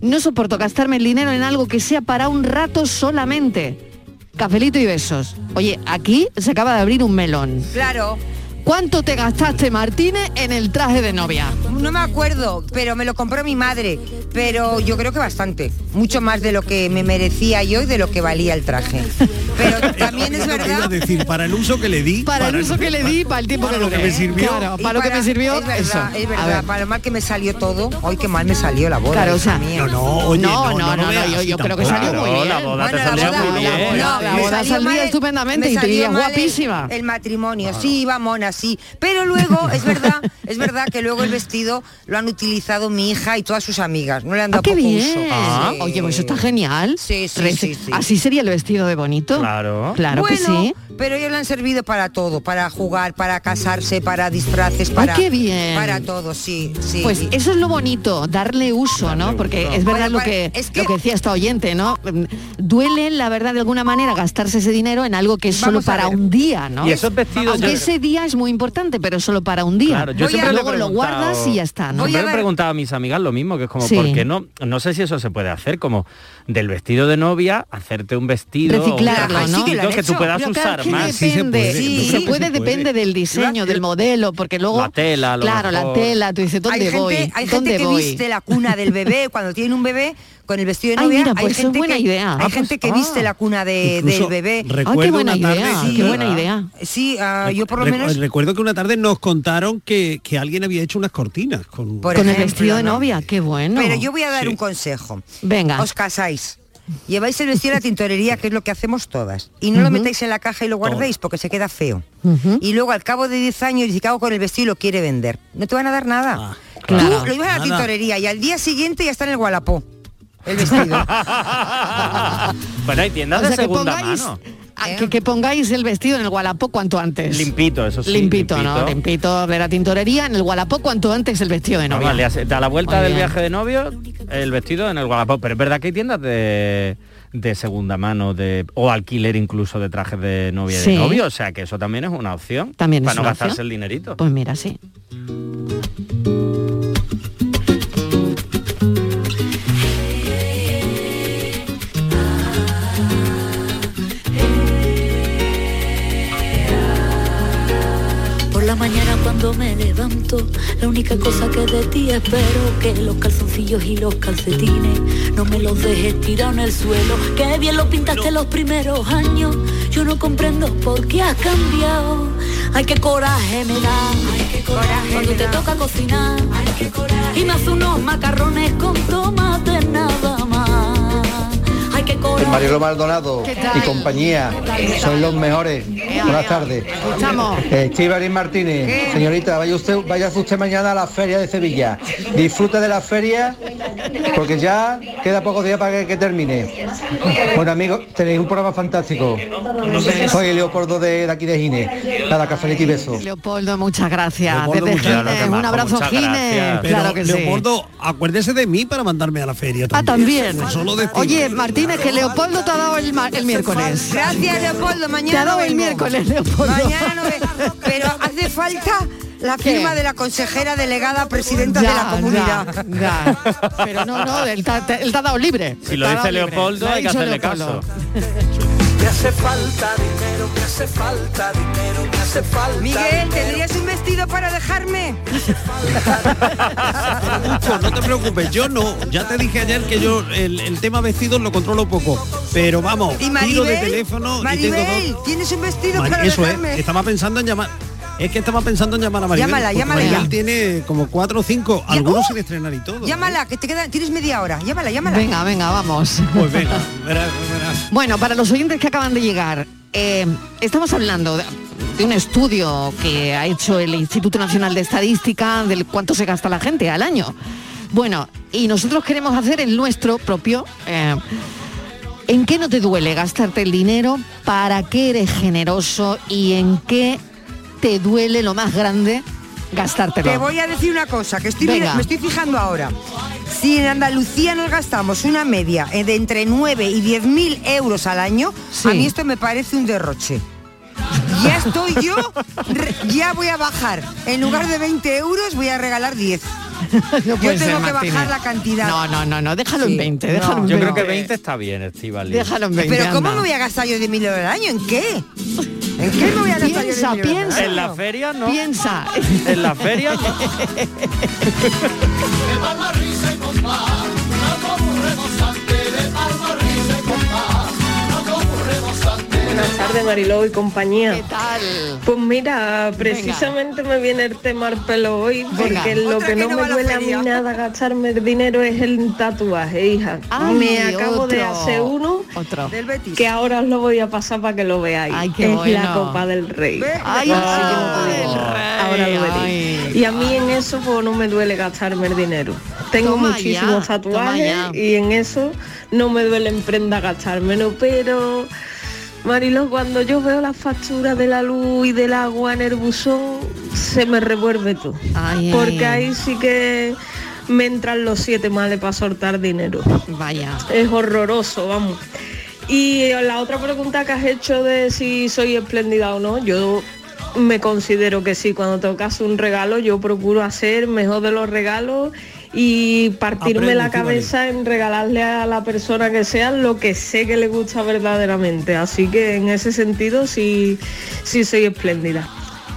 [SPEAKER 3] No soporto gastarme el dinero en algo que sea para un rato solamente. Cafelito y besos. Oye, aquí se acaba de abrir un melón.
[SPEAKER 4] Claro.
[SPEAKER 3] ¿Cuánto te gastaste, Martínez, en el traje de novia?
[SPEAKER 4] No me acuerdo, pero me lo compró mi madre. Pero yo creo que bastante. Mucho más de lo que me merecía yo y de lo que valía el traje.
[SPEAKER 6] Es decir, para el uso que le di.
[SPEAKER 3] Para el uso que le di, para el tiempo
[SPEAKER 6] para
[SPEAKER 3] que
[SPEAKER 6] lo
[SPEAKER 3] duré.
[SPEAKER 6] que me
[SPEAKER 4] ¿eh?
[SPEAKER 6] sirvió.
[SPEAKER 3] Claro, para lo que me sirvió,
[SPEAKER 4] Es verdad,
[SPEAKER 3] eso.
[SPEAKER 4] es
[SPEAKER 3] A ver.
[SPEAKER 4] verdad. Para lo mal que me salió todo. Hoy qué mal me salió la boda.
[SPEAKER 3] Claro, o
[SPEAKER 4] hija
[SPEAKER 3] sea,
[SPEAKER 4] mía.
[SPEAKER 3] No, no, oye, no, no, no, no, no, yo-
[SPEAKER 4] así
[SPEAKER 3] yo creo que
[SPEAKER 4] tampoco.
[SPEAKER 3] salió muy Claro, bien. la boda te salió muy bien.
[SPEAKER 4] No,
[SPEAKER 3] La
[SPEAKER 4] me
[SPEAKER 3] boda
[SPEAKER 4] salió
[SPEAKER 3] saldría
[SPEAKER 4] mal el-
[SPEAKER 3] estupendamente
[SPEAKER 4] me
[SPEAKER 3] y te
[SPEAKER 4] salió
[SPEAKER 3] dirías,
[SPEAKER 4] mal eh. el-
[SPEAKER 3] guapísima.
[SPEAKER 4] El matrimonio, sí, iba mona, sí. Pero luego, es verdad, es verdad que luego el vestido lo han utilizado mi hija y todas sus amigas. No le han dado
[SPEAKER 3] Ah, ¡Qué
[SPEAKER 4] poco
[SPEAKER 3] bien!
[SPEAKER 4] uso. Sí.
[SPEAKER 3] Oye, pues está genial. Tres-
[SPEAKER 4] sí, sí.
[SPEAKER 3] Así sería el vestido de bonito. Claro. Claro que
[SPEAKER 4] Bueno,
[SPEAKER 3] sí.
[SPEAKER 4] Pero ellos le han servido para todo, para jugar, para casarse, para disfraces, para
[SPEAKER 3] qué bien!
[SPEAKER 4] para todo, sí, sí.
[SPEAKER 3] Pues eso es lo bonito, darle uso, ¿no? Porque es verdad lo,
[SPEAKER 4] Bueno,
[SPEAKER 3] que,
[SPEAKER 4] es
[SPEAKER 3] lo que decía esta oyente, ¿no? Mm, Duele, la verdad, de alguna manera gastarse ese dinero en algo que es solo
[SPEAKER 7] Vamos a
[SPEAKER 3] para
[SPEAKER 7] ver.
[SPEAKER 3] un día, ¿no?
[SPEAKER 7] Y esos vestidos
[SPEAKER 3] Aunque
[SPEAKER 7] yo-
[SPEAKER 3] ese día es muy importante, pero solo para un día.
[SPEAKER 7] Claro, yo siempre le he
[SPEAKER 3] Luego lo
[SPEAKER 7] preguntado-
[SPEAKER 3] guardas y ya está, ¿no?
[SPEAKER 7] Siempre le he preguntado a mis amigas lo mismo, que es como,
[SPEAKER 3] Sí.
[SPEAKER 7] ¿por qué no? No sé si eso se puede hacer, como del vestido de novia, hacerte un vestido. o un
[SPEAKER 3] reciclarlo,
[SPEAKER 7] trajecito
[SPEAKER 3] ¿no?
[SPEAKER 7] que tú puedas
[SPEAKER 3] Pero claro,
[SPEAKER 7] usar
[SPEAKER 3] que
[SPEAKER 7] más.
[SPEAKER 3] Depende, sí, se puede, depende del diseño, del modelo, porque luego
[SPEAKER 7] La tela, a lo
[SPEAKER 3] claro, la
[SPEAKER 7] mejor.
[SPEAKER 3] tela, tú dices dónde
[SPEAKER 4] hay gente,
[SPEAKER 3] voy,
[SPEAKER 4] hay
[SPEAKER 3] dónde
[SPEAKER 4] gente que
[SPEAKER 3] voy.
[SPEAKER 4] viste la cuna
[SPEAKER 3] <laughs>
[SPEAKER 4] del bebé cuando tienen un bebé con el vestido de
[SPEAKER 3] Ay,
[SPEAKER 4] novia.
[SPEAKER 3] mira,
[SPEAKER 4] hay
[SPEAKER 3] pues es
[SPEAKER 4] gente
[SPEAKER 3] buena
[SPEAKER 4] que,
[SPEAKER 3] idea.
[SPEAKER 4] Hay
[SPEAKER 3] Ah,
[SPEAKER 4] gente
[SPEAKER 3] pues,
[SPEAKER 4] que viste
[SPEAKER 3] ah.
[SPEAKER 4] la cuna de- del
[SPEAKER 6] Incluso
[SPEAKER 4] bebé.
[SPEAKER 6] recuerdo Ay, qué buena una idea, tarde- qué buena idea.
[SPEAKER 4] Sí, ah, yo por lo
[SPEAKER 6] Recu-
[SPEAKER 4] menos
[SPEAKER 6] Recuerdo que una tarde nos contaron que, que alguien había hecho unas cortinas con,
[SPEAKER 4] Por Con el ejemplo, vestido de ¿no?
[SPEAKER 3] novia, qué bueno.
[SPEAKER 4] Pero yo voy a dar un consejo.
[SPEAKER 3] Venga.
[SPEAKER 4] Os casáis. Lleváis el vestido a la tintorería, que es lo que hacemos todas, y no lo
[SPEAKER 3] Ujú.
[SPEAKER 4] metáis en la caja y lo guardéis porque se queda feo.
[SPEAKER 3] Ujú.
[SPEAKER 4] Y luego al cabo de 10 años dice, ¿qué hago con el vestido? Y lo quiere vender. No te van a dar nada.
[SPEAKER 6] Ah,
[SPEAKER 3] claro.
[SPEAKER 4] Tú lo ibas a la
[SPEAKER 3] Nada.
[SPEAKER 4] tintorería y al día siguiente ya está en el Gualapó. El vestido.
[SPEAKER 7] <laughs> Bueno, hay tiendas
[SPEAKER 3] O sea,
[SPEAKER 7] de
[SPEAKER 3] que
[SPEAKER 7] segunda
[SPEAKER 3] pongáis-
[SPEAKER 7] mano.
[SPEAKER 3] Ah, Que, que pongáis el vestido en el Gualapó cuanto antes.
[SPEAKER 7] Limpito, eso sí.
[SPEAKER 3] limpito, ¿no? Limpito de la tintorería en el Gualapó cuanto antes el vestido de novia.
[SPEAKER 7] Vamos, le hace- da la vuelta
[SPEAKER 3] Muy
[SPEAKER 7] del
[SPEAKER 3] bien.
[SPEAKER 7] viaje de novio, el vestido en el Guadalajara. Pero es verdad que hay tiendas de, de segunda mano de, o alquiler incluso de trajes de novia y
[SPEAKER 3] Sí.
[SPEAKER 7] de novio. O sea que eso también es una opción.
[SPEAKER 3] También
[SPEAKER 7] para
[SPEAKER 3] es
[SPEAKER 7] no
[SPEAKER 3] una
[SPEAKER 7] gastarse
[SPEAKER 3] opción.
[SPEAKER 7] el dinerito.
[SPEAKER 3] Pues mira, sí.
[SPEAKER 12] Por la mañana cuando me levanto, la única cosa que de ti espero que los calzoncillos y los calcetines no me los dejes tirado en el suelo. Que bien lo pintaste los primeros años, yo no comprendo por qué has cambiado. Ay, qué coraje me da, cuando te toca cocinar y me hace unos macarrones con tomate nada más. Ay, qué coraje.
[SPEAKER 13] Marilo Maldonado
[SPEAKER 12] ¿Qué tal?
[SPEAKER 13] y compañía,
[SPEAKER 12] ¿Qué tal?
[SPEAKER 13] son los mejores. Buenas tardes.
[SPEAKER 3] Estamos.
[SPEAKER 13] Eh, Chivarín Martínez, señorita, vaya usted, vaya usted mañana a la feria de Sevilla. Disfrute de la feria porque ya queda pocos días para que, que termine. Bueno amigos, tenéis un programa fantástico. Soy Leopoldo de, de aquí de Gine. Nada, cafelito y besos.
[SPEAKER 3] Leopoldo, muchas gracias.
[SPEAKER 13] Leopoldo,
[SPEAKER 3] Desde
[SPEAKER 13] muchas gracias,
[SPEAKER 3] Gines, un
[SPEAKER 13] Majo,
[SPEAKER 3] abrazo
[SPEAKER 13] muchas
[SPEAKER 3] Gines.
[SPEAKER 6] Pero,
[SPEAKER 3] Claro que sí.
[SPEAKER 6] Leopoldo, acuérdese de mí para mandarme a la feria.
[SPEAKER 3] Ah, también.
[SPEAKER 6] No solo de ti.
[SPEAKER 3] Oye, Martínez, que Leopoldo te ha dado el, ma- el miércoles.
[SPEAKER 4] Gracias, Leopoldo. Mañana
[SPEAKER 3] Te ha dado
[SPEAKER 4] no
[SPEAKER 3] el
[SPEAKER 4] vengo.
[SPEAKER 3] miércoles, Leopoldo.
[SPEAKER 4] Mañana no ve-
[SPEAKER 3] <laughs>
[SPEAKER 4] Pero hace falta la
[SPEAKER 3] ¿Qué?
[SPEAKER 4] firma de la consejera delegada presidenta
[SPEAKER 3] Ya,
[SPEAKER 4] de la comunidad. Ah.
[SPEAKER 3] ya, ya. Pero no, no, él te, ha- te- él te ha dado libre.
[SPEAKER 7] Si lo
[SPEAKER 3] Te ha
[SPEAKER 7] dice
[SPEAKER 3] dado libre.
[SPEAKER 7] Leopoldo,
[SPEAKER 3] Lo ha
[SPEAKER 7] hay que
[SPEAKER 3] dicho
[SPEAKER 7] hacerle
[SPEAKER 3] Leopoldo.
[SPEAKER 7] caso.
[SPEAKER 2] <laughs> Me hace falta dinero, me hace falta dinero, me hace falta
[SPEAKER 4] Miguel,
[SPEAKER 2] dinero.
[SPEAKER 4] ¿tendrías un vestido
[SPEAKER 6] <laughs>
[SPEAKER 4] para dejarme?
[SPEAKER 6] Pues no te preocupes, yo no. Ya te dije ayer que yo el, el tema vestidos lo controlo poco. Pero vamos,
[SPEAKER 4] Y
[SPEAKER 6] tiro
[SPEAKER 4] Maribel,
[SPEAKER 6] de teléfono y tengo dos.
[SPEAKER 4] Maribel, ¿tienes un vestido
[SPEAKER 6] Mari-
[SPEAKER 4] para
[SPEAKER 6] Eso es,
[SPEAKER 4] dejarme?
[SPEAKER 6] estaba pensando en llamar. Es que estaba pensando en llamar a Maribel.
[SPEAKER 4] Llámala,
[SPEAKER 6] porque
[SPEAKER 4] llámala
[SPEAKER 6] Maribel
[SPEAKER 4] ya.
[SPEAKER 6] tiene como cuatro o cinco, algunos sin estrenar y todo. ¿eh?
[SPEAKER 4] Llámala, que te queda, tienes media hora. Llámala, llámala.
[SPEAKER 3] Venga, venga, vamos.
[SPEAKER 6] Pues venga, verás, verás.
[SPEAKER 3] Bueno, para los oyentes que acaban de llegar, eh, estamos hablando de, de un estudio que ha hecho el Instituto Nacional de Estadística del cuánto se gasta la gente al año. Bueno, y nosotros queremos hacer el nuestro propio. eh, ¿En qué no te duele gastarte el dinero? ¿Para qué eres generoso? ¿Y en qué te duele lo más grande gastártelo?
[SPEAKER 4] Te voy a decir una cosa que estoy,
[SPEAKER 3] Venga.
[SPEAKER 4] me estoy fijando ahora. Si en Andalucía nos gastamos una media eh, de entre 9 y 10 mil euros al año, a mí esto me parece un derroche. Ya estoy yo, re- ya voy a bajar. En lugar de 20 euros voy a
[SPEAKER 3] <laughs>
[SPEAKER 4] regalar 10. yo
[SPEAKER 3] puede
[SPEAKER 4] tengo
[SPEAKER 3] ser,
[SPEAKER 4] que
[SPEAKER 3] Martínez.
[SPEAKER 4] bajar la cantidad.
[SPEAKER 3] No, no, no, no, déjalo en
[SPEAKER 4] Sí,
[SPEAKER 3] 20, déjalo en
[SPEAKER 7] Yo
[SPEAKER 3] 20.
[SPEAKER 7] creo que 20 está bien, Estivali.
[SPEAKER 3] Déjalo en 20.
[SPEAKER 4] Pero ¿cómo
[SPEAKER 3] anda.
[SPEAKER 4] me voy a gastar yo de mil euros al año? ¿En qué? ¿En qué me voy a
[SPEAKER 3] Piensa,
[SPEAKER 4] gastar yo 10.000 euros al
[SPEAKER 3] piensa.
[SPEAKER 4] año?
[SPEAKER 7] En la feria no.
[SPEAKER 3] Piensa.
[SPEAKER 7] En la feria no.
[SPEAKER 2] De palma, risa y compás, no como rebosante. De palma, risa y compás, no como rebosante.
[SPEAKER 14] Buenas tardes, Mariló y compañía. ¿Qué
[SPEAKER 3] tal?
[SPEAKER 14] Pues mira, precisamente me viene el tema al pelo hoy, porque
[SPEAKER 9] Venga.
[SPEAKER 14] lo
[SPEAKER 9] Otra
[SPEAKER 14] que
[SPEAKER 9] que
[SPEAKER 14] no
[SPEAKER 9] no va a
[SPEAKER 14] me
[SPEAKER 9] la
[SPEAKER 14] duele a mí
[SPEAKER 9] feria.
[SPEAKER 14] nada gastarme el dinero es el tatuaje, hija.
[SPEAKER 9] Ay,
[SPEAKER 14] me acabo de
[SPEAKER 9] otro.
[SPEAKER 14] hacer uno
[SPEAKER 3] Ah, Otro.
[SPEAKER 14] del Betis. que ahora os lo voy a pasar para que lo veáis.
[SPEAKER 3] qué
[SPEAKER 14] es
[SPEAKER 3] bueno.
[SPEAKER 14] la Copa del Rey. Así
[SPEAKER 3] Ay, la
[SPEAKER 14] que
[SPEAKER 3] Copa
[SPEAKER 14] no te
[SPEAKER 3] del
[SPEAKER 14] digo.
[SPEAKER 3] Rey,
[SPEAKER 14] Ahora lo
[SPEAKER 3] ay.
[SPEAKER 14] veréis. Y a mí en eso pues no me duele gastarme el dinero. Tengo
[SPEAKER 3] Toma
[SPEAKER 14] muchísimos
[SPEAKER 3] ya, toma
[SPEAKER 14] tatuajes
[SPEAKER 3] ya.
[SPEAKER 14] y en eso no me duele en prenda gastármelo, pero Marilo, cuando yo veo las facturas de la luz y del agua en el buzón, se me revuelve todo.
[SPEAKER 3] ay, eh.
[SPEAKER 14] porque
[SPEAKER 3] ay.
[SPEAKER 14] ahí sí que me entran los siete males para soltar dinero.
[SPEAKER 3] Vaya.
[SPEAKER 14] Es horroroso, vamos. Y la otra pregunta que has hecho de si soy espléndida o no, yo me considero que sí. Cuando tocas un regalo, yo procuro hacer el mejor de los regalos y partirme
[SPEAKER 9] Aprende,
[SPEAKER 14] la
[SPEAKER 9] tú,
[SPEAKER 14] cabeza en regalarle a la persona que sea lo que sé que le gusta verdaderamente. Así que en ese sentido sí, sí soy espléndida.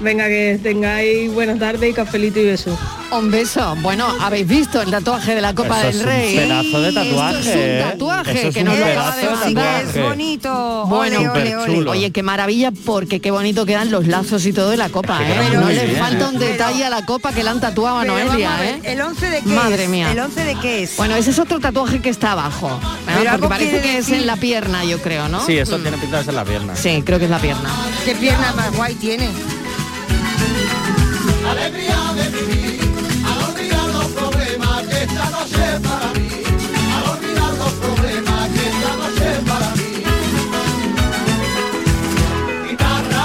[SPEAKER 14] Venga, que tengáis buenas tardes y cafelito y beso.
[SPEAKER 3] Un beso. Bueno, habéis visto el tatuaje de la Copa
[SPEAKER 7] Eso es
[SPEAKER 3] del
[SPEAKER 7] un
[SPEAKER 3] Rey.
[SPEAKER 7] pedazo de
[SPEAKER 3] Sí, esto
[SPEAKER 7] tatuaje,
[SPEAKER 3] es
[SPEAKER 7] ¿eh?
[SPEAKER 3] un tatuaje
[SPEAKER 7] Eso es
[SPEAKER 3] que
[SPEAKER 7] un
[SPEAKER 3] nos lo acaba
[SPEAKER 7] pedazo
[SPEAKER 3] de
[SPEAKER 7] de
[SPEAKER 3] mandar.
[SPEAKER 7] tatuaje. Es
[SPEAKER 4] bonito.
[SPEAKER 3] Bueno,
[SPEAKER 7] Ole, ole, ole. Chulo.
[SPEAKER 3] Oye, qué maravilla porque qué bonito quedan los lazos y todo de la copa,
[SPEAKER 7] Que
[SPEAKER 3] ¿eh?
[SPEAKER 7] quedan
[SPEAKER 3] No
[SPEAKER 7] muy
[SPEAKER 3] le
[SPEAKER 7] bien,
[SPEAKER 3] falta un
[SPEAKER 7] ¿eh?
[SPEAKER 3] detalle a la copa que le han tatuado a
[SPEAKER 4] Pero vamos
[SPEAKER 3] Noelia,
[SPEAKER 4] a ver,
[SPEAKER 3] ¿eh?
[SPEAKER 4] ¿El 11 de qué
[SPEAKER 3] Madre
[SPEAKER 4] es?
[SPEAKER 3] mía.
[SPEAKER 4] ¿El 11 de qué es?
[SPEAKER 3] Bueno, ese es otro tatuaje que está abajo. ¿eh?
[SPEAKER 4] Pero
[SPEAKER 3] Porque
[SPEAKER 4] algo
[SPEAKER 3] parece
[SPEAKER 4] quiere
[SPEAKER 3] que es
[SPEAKER 4] decir-
[SPEAKER 3] en la pierna, yo creo, <laughs> ¿no?
[SPEAKER 7] Sí, eso
[SPEAKER 3] Mm.
[SPEAKER 7] tiene pintadas en la pierna.
[SPEAKER 3] Sí, creo que es la pierna.
[SPEAKER 4] ¿Qué pierna más guay tiene?
[SPEAKER 2] Alegría de vivir, al olvidar los problemas que esta noche es para mí, al olvidar los problemas que esta noche es para mí. Guitarra,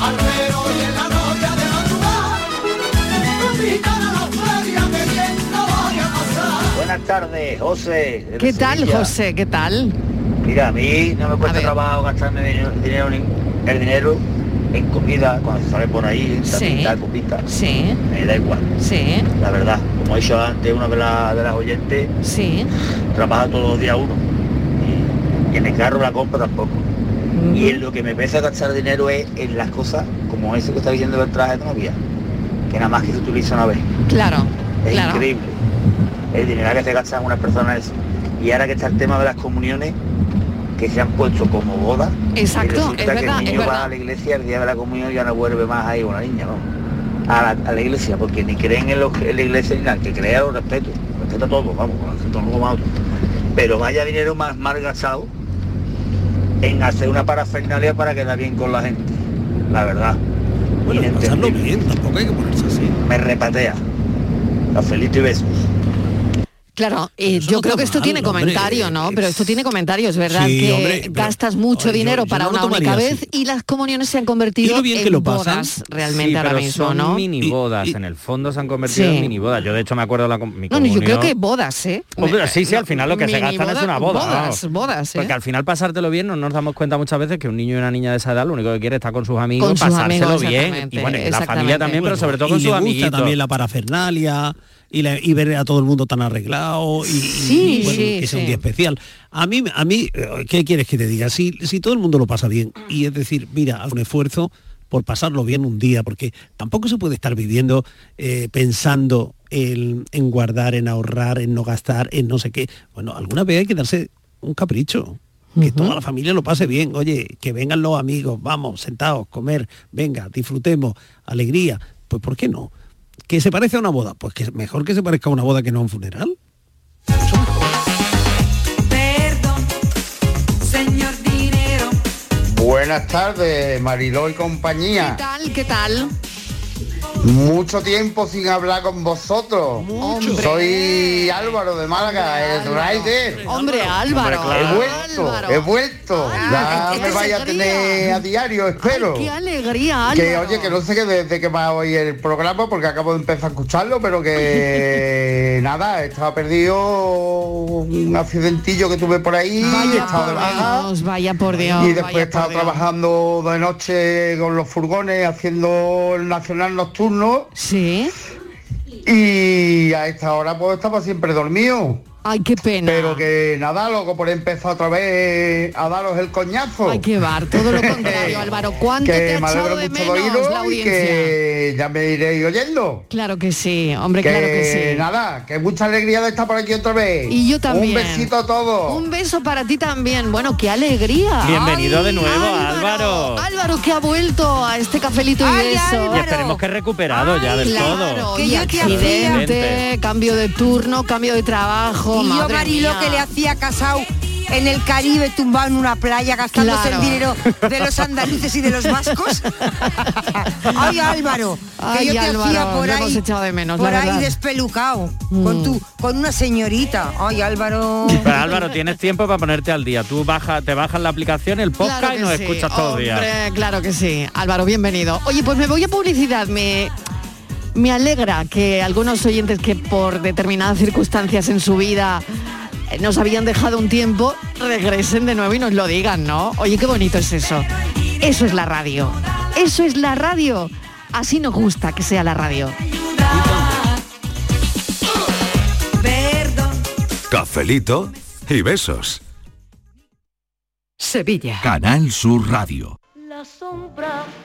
[SPEAKER 2] al vero y en la noche de los lugares, invitar a la feria que bien no vaya a pasar.
[SPEAKER 15] Buenas tardes, José. desde
[SPEAKER 3] ¿Qué tal,
[SPEAKER 15] Sevilla.
[SPEAKER 3] José? ¿Qué tal?
[SPEAKER 15] Mira, a mí no me cuesta trabajo gastarme dinero, dinero en- el dinero en comida cuando se sale por ahí, tapita, copita.
[SPEAKER 3] Sí.
[SPEAKER 15] Me da igual.
[SPEAKER 3] Sí.
[SPEAKER 15] La verdad, como he dicho antes, una de, la- de las oyentes
[SPEAKER 3] sí.
[SPEAKER 15] trabaja todos los días uno. Y, y en el carro la compra tampoco.
[SPEAKER 3] Mm.
[SPEAKER 15] Y en lo que me pesa gastar dinero es en las cosas como eso que está diciendo el traje todavía, que nada más que se utiliza una vez.
[SPEAKER 3] Claro,
[SPEAKER 15] Es
[SPEAKER 3] claro.
[SPEAKER 15] increíble el dinero que se gastan unas personas en eso. Y ahora que está el tema de las comuniones, que se han puesto como boda.
[SPEAKER 3] Exacto,
[SPEAKER 15] y resulta
[SPEAKER 3] es
[SPEAKER 15] que
[SPEAKER 3] verdad,
[SPEAKER 15] el
[SPEAKER 3] es
[SPEAKER 15] niño va
[SPEAKER 3] verdad.
[SPEAKER 15] a la iglesia el día de la comunión y ya no vuelve más ahí una niña, ¿no? A la, a la iglesia, porque ni creen en, los- en la iglesia ni nada, que crea lo respeto, respeta todo, vamos, con respeto uno como a otro. Pero vaya dinero más mal gastado en hacer una parafernalia para quedar bien con la gente, la verdad. Inentendible. Me repatea. Cafelito y besos.
[SPEAKER 3] Claro, eh, yo creo que esto tiene comentario, ¿no? Pero esto tiene comentario, es verdad
[SPEAKER 6] Sí,
[SPEAKER 3] que
[SPEAKER 6] hombre, pero-
[SPEAKER 3] gastas mucho dinero
[SPEAKER 6] yo
[SPEAKER 3] para
[SPEAKER 6] no lo
[SPEAKER 3] una única
[SPEAKER 6] tomaría
[SPEAKER 3] vez
[SPEAKER 6] así.
[SPEAKER 3] y las comuniones se han convertido en bodas realmente
[SPEAKER 7] Sí,
[SPEAKER 3] ahora
[SPEAKER 7] pero
[SPEAKER 3] mismo,
[SPEAKER 7] son
[SPEAKER 3] ¿no?
[SPEAKER 7] mini bodas, en el fondo se han convertido
[SPEAKER 3] Sí.
[SPEAKER 7] en mini bodas. Yo de hecho me acuerdo de la com- mi
[SPEAKER 3] No, no, yo creo
[SPEAKER 7] comunión.
[SPEAKER 3] que bodas, ¿eh?
[SPEAKER 7] Hombre, sí, sí, al final lo que se
[SPEAKER 3] Mini
[SPEAKER 7] gastan es
[SPEAKER 3] boda-
[SPEAKER 7] una boda.
[SPEAKER 3] Bodas,
[SPEAKER 7] vamos.
[SPEAKER 3] bodas, ¿eh?
[SPEAKER 7] Porque al final pasártelo bien no nos damos cuenta muchas veces que un niño y una niña de esa edad lo único que quiere es estar con sus amigos,
[SPEAKER 6] Con sus
[SPEAKER 7] pasárselo
[SPEAKER 6] amigos,
[SPEAKER 7] bien.
[SPEAKER 6] exactamente,
[SPEAKER 7] Y bueno, y la
[SPEAKER 6] exactamente.
[SPEAKER 7] familia también, pero
[SPEAKER 6] Bueno,
[SPEAKER 7] sobre todo
[SPEAKER 6] y
[SPEAKER 7] con
[SPEAKER 6] le
[SPEAKER 7] sus
[SPEAKER 6] gusta
[SPEAKER 7] amiguitos.
[SPEAKER 6] también la parafernalia y, la- y ver a todo el mundo tan arreglado y, y-
[SPEAKER 3] Sí,
[SPEAKER 6] y, bueno,
[SPEAKER 3] sí,
[SPEAKER 6] que sea un
[SPEAKER 3] sí.
[SPEAKER 6] día especial. A mí, a mí, eh, ¿qué quieres que te diga? Si, si todo el mundo lo pasa bien y es decir, mira, haz un esfuerzo por pasarlo bien un día, porque tampoco se puede estar viviendo eh, pensando en, en guardar, en ahorrar, en no gastar, en no sé qué. Bueno, alguna vez hay que darse un capricho. Que toda la familia lo pase bien, oye, que vengan los amigos, vamos, sentados, comer, venga, disfrutemos, alegría. Pues ¿por qué no? ¿Que se parece a una boda? Pues que mejor que se parezca a una boda que no a un funeral.
[SPEAKER 16] Perdón, señor dinero.
[SPEAKER 17] Buenas tardes, Mariló y compañía.
[SPEAKER 3] ¿Qué tal? ¿Qué tal?
[SPEAKER 17] Mucho tiempo sin hablar con vosotros.
[SPEAKER 3] Mucho.
[SPEAKER 17] Soy Álvaro de Málaga, el rider.
[SPEAKER 3] Hombre, Álvaro. Ah, este
[SPEAKER 17] He vuelto, he vuelto.
[SPEAKER 3] Ay,
[SPEAKER 17] ya me
[SPEAKER 3] qué
[SPEAKER 17] vaya a
[SPEAKER 3] alegría.
[SPEAKER 17] tener a diario, espero.
[SPEAKER 3] Qué alegría,
[SPEAKER 17] que
[SPEAKER 3] Álvaro.
[SPEAKER 17] oye, que no sé qué desde que va hoy el programa porque acabo de empezar a escucharlo, pero
[SPEAKER 3] <laughs>
[SPEAKER 17] que nada, estaba perdido un accidentillo que tuve por ahí,
[SPEAKER 3] Vaya
[SPEAKER 17] estaba de baja.
[SPEAKER 3] por Dios, vaya por Dios.
[SPEAKER 17] Y después he
[SPEAKER 3] vaya
[SPEAKER 17] estado
[SPEAKER 3] por Dios.
[SPEAKER 17] trabajando de noche con los furgones haciendo el nacional nocturno.
[SPEAKER 3] Sí.
[SPEAKER 17] Y a esta hora pues estaba siempre dormido.
[SPEAKER 3] Ay, qué pena.
[SPEAKER 17] Pero que nada, loco, por empezar otra vez a daros el coñazo. Hay
[SPEAKER 3] que bar, todo
[SPEAKER 17] <laughs>
[SPEAKER 3] lo contrario, Álvaro. ¿Cuánto
[SPEAKER 17] que
[SPEAKER 3] te ha
[SPEAKER 17] me alegro
[SPEAKER 3] echado de
[SPEAKER 17] mucho
[SPEAKER 3] menos
[SPEAKER 17] oíros
[SPEAKER 3] la
[SPEAKER 17] y
[SPEAKER 3] audiencia?
[SPEAKER 17] que ya me iréis oyendo.
[SPEAKER 3] Claro que sí, hombre, claro que sí.
[SPEAKER 17] Nada, que mucha alegría de estar por aquí otra vez.
[SPEAKER 3] Y yo también.
[SPEAKER 17] Un besito a todos.
[SPEAKER 3] Un beso para ti también. Bueno, qué alegría.
[SPEAKER 7] Bienvenido de nuevo, Álvaro.
[SPEAKER 3] Ay, Álvaro, que ha vuelto a este cafelito y beso.
[SPEAKER 7] Y esperemos que recuperado ya del todo.
[SPEAKER 3] Que yo te accidente, cambio de turno, cambio de trabajo.
[SPEAKER 4] Y yo,
[SPEAKER 3] madre
[SPEAKER 4] Marilo,
[SPEAKER 3] mía.
[SPEAKER 4] que le hacía casao en el Caribe, tumbado en una playa, gastándose
[SPEAKER 3] Claro.
[SPEAKER 4] el dinero de los andaluces y de los vascos. Ay, Álvaro, que
[SPEAKER 3] Ay,
[SPEAKER 4] yo te
[SPEAKER 3] Álvaro,
[SPEAKER 4] hacía por
[SPEAKER 3] lo
[SPEAKER 4] ahí,
[SPEAKER 3] hemos echado de <laughs> menos, la
[SPEAKER 4] por ahí
[SPEAKER 3] verdad. Mm.
[SPEAKER 4] despelucado, con, tu, con una señorita. Ay, Álvaro.
[SPEAKER 7] Pero Álvaro, tienes tiempo para ponerte al día. Tú baja, te bajas la aplicación, el podcast
[SPEAKER 3] Claro
[SPEAKER 7] y
[SPEAKER 3] que
[SPEAKER 7] nos
[SPEAKER 3] sí,
[SPEAKER 7] escuchas todos los días.
[SPEAKER 3] hombre, Claro que sí. Álvaro, bienvenido. Oye, pues me voy a publicidad. Me, me alegra que algunos oyentes que por determinadas circunstancias en su vida eh, nos habían dejado un tiempo, regresen de nuevo y nos lo digan, ¿no? Oye, qué bonito es eso. Eso es la radio. Eso es la radio. Así nos gusta que sea la radio.
[SPEAKER 16] Perdón,
[SPEAKER 18] Cafelito y besos.
[SPEAKER 3] Sevilla.
[SPEAKER 19] Canal Sur Radio.
[SPEAKER 20] La sombra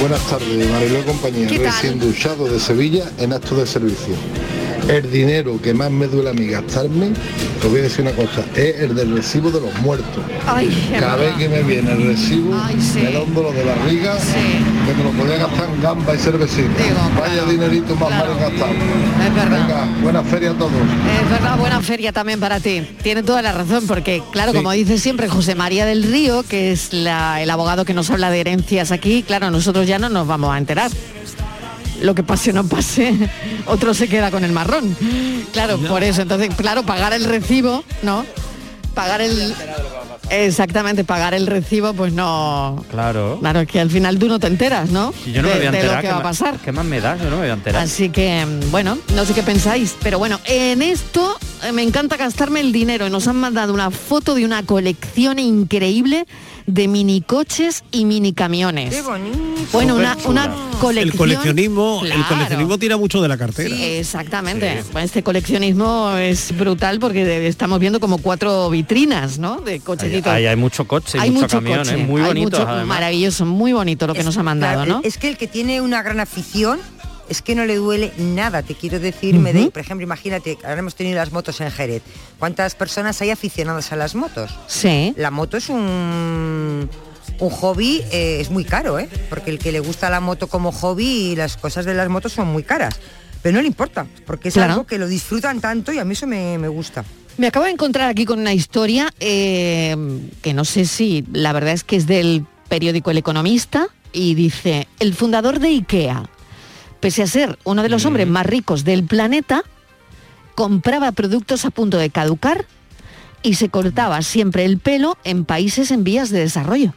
[SPEAKER 21] Buenas tardes, Mariló y compañía,
[SPEAKER 3] ¿Qué tal?
[SPEAKER 21] recién duchado de Sevilla en acto de servicio. El dinero que más me duele a mí gastarme, os voy a decir una cosa, es el del recibo de los muertos.
[SPEAKER 3] Ay, es
[SPEAKER 21] Cada vez
[SPEAKER 3] verdad.
[SPEAKER 21] que me viene el recibo, me da un dolor de barriga, que me lo podía gastar en gamba y cervecina. Vaya dinerito más mal gastado. Venga, buena feria a todos.
[SPEAKER 3] Es verdad, buena feria también para ti. Tiene toda la razón, porque claro, como dice siempre José María del Río, que es la- el abogado que nos habla de herencias aquí, claro, nosotros ya no nos vamos a enterar. Lo que pase o no pase, <laughs> otro se queda con el marrón. Claro, por eso, entonces, claro, pagar el recibo, ¿no? Pagar el... Exactamente, pagar el recibo, pues no...
[SPEAKER 7] Claro.
[SPEAKER 3] Claro, es que al final tú no te enteras, ¿no?
[SPEAKER 7] Si yo no
[SPEAKER 3] de,
[SPEAKER 7] me voy a
[SPEAKER 3] de
[SPEAKER 7] enterar,
[SPEAKER 3] lo que
[SPEAKER 7] ¿qué
[SPEAKER 3] va a
[SPEAKER 7] ma-
[SPEAKER 3] pasar.
[SPEAKER 7] ¿Qué más me da? Yo no me voy a enterar.
[SPEAKER 3] Así que, mm, bueno, no sé qué pensáis, pero bueno, en esto eh, me encanta gastarme el dinero y nos han mandado una foto de una colección increíble de minicoches y minicamiones. Bueno, una, una colección...
[SPEAKER 6] El coleccionismo, el
[SPEAKER 3] Claro.
[SPEAKER 6] coleccionismo tira mucho de la cartera.
[SPEAKER 3] Sí, Exactamente. Bueno, Este coleccionismo es brutal porque de- estamos viendo como cuatro vitrinas, ¿no? De
[SPEAKER 7] Ahí
[SPEAKER 3] cochecitos.
[SPEAKER 7] hay, mucho coche,
[SPEAKER 3] Hay
[SPEAKER 7] mucho,
[SPEAKER 3] mucho
[SPEAKER 7] camión,
[SPEAKER 3] coche,
[SPEAKER 7] ¿eh? muy
[SPEAKER 3] hay
[SPEAKER 7] bonito.
[SPEAKER 3] mucho- maravilloso, muy bonito lo que nos ha mandado, ¿no?
[SPEAKER 4] Claro, Es que el que tiene una gran afición es que no le duele nada, te quiero decir, me de- por ejemplo, imagínate, ahora hemos tenido las motos en Jerez. ¿Cuántas personas hay aficionadas a las motos?
[SPEAKER 3] Sí.
[SPEAKER 4] La moto es un un hobby eh, es muy caro, ¿eh? Porque el que le gusta la moto como hobby y las cosas de las motos son muy caras. Pero no le importa, porque es
[SPEAKER 3] Claro.
[SPEAKER 4] algo que lo disfrutan tanto y a mí eso me, me gusta.
[SPEAKER 3] Me acabo de encontrar aquí con una historia eh, que no sé si, la verdad es que es del periódico El Economista y dice, el fundador de IKEA, pese a ser uno de los hombres más ricos del planeta, compraba productos a punto de caducar y se cortaba siempre el pelo en países en vías de desarrollo.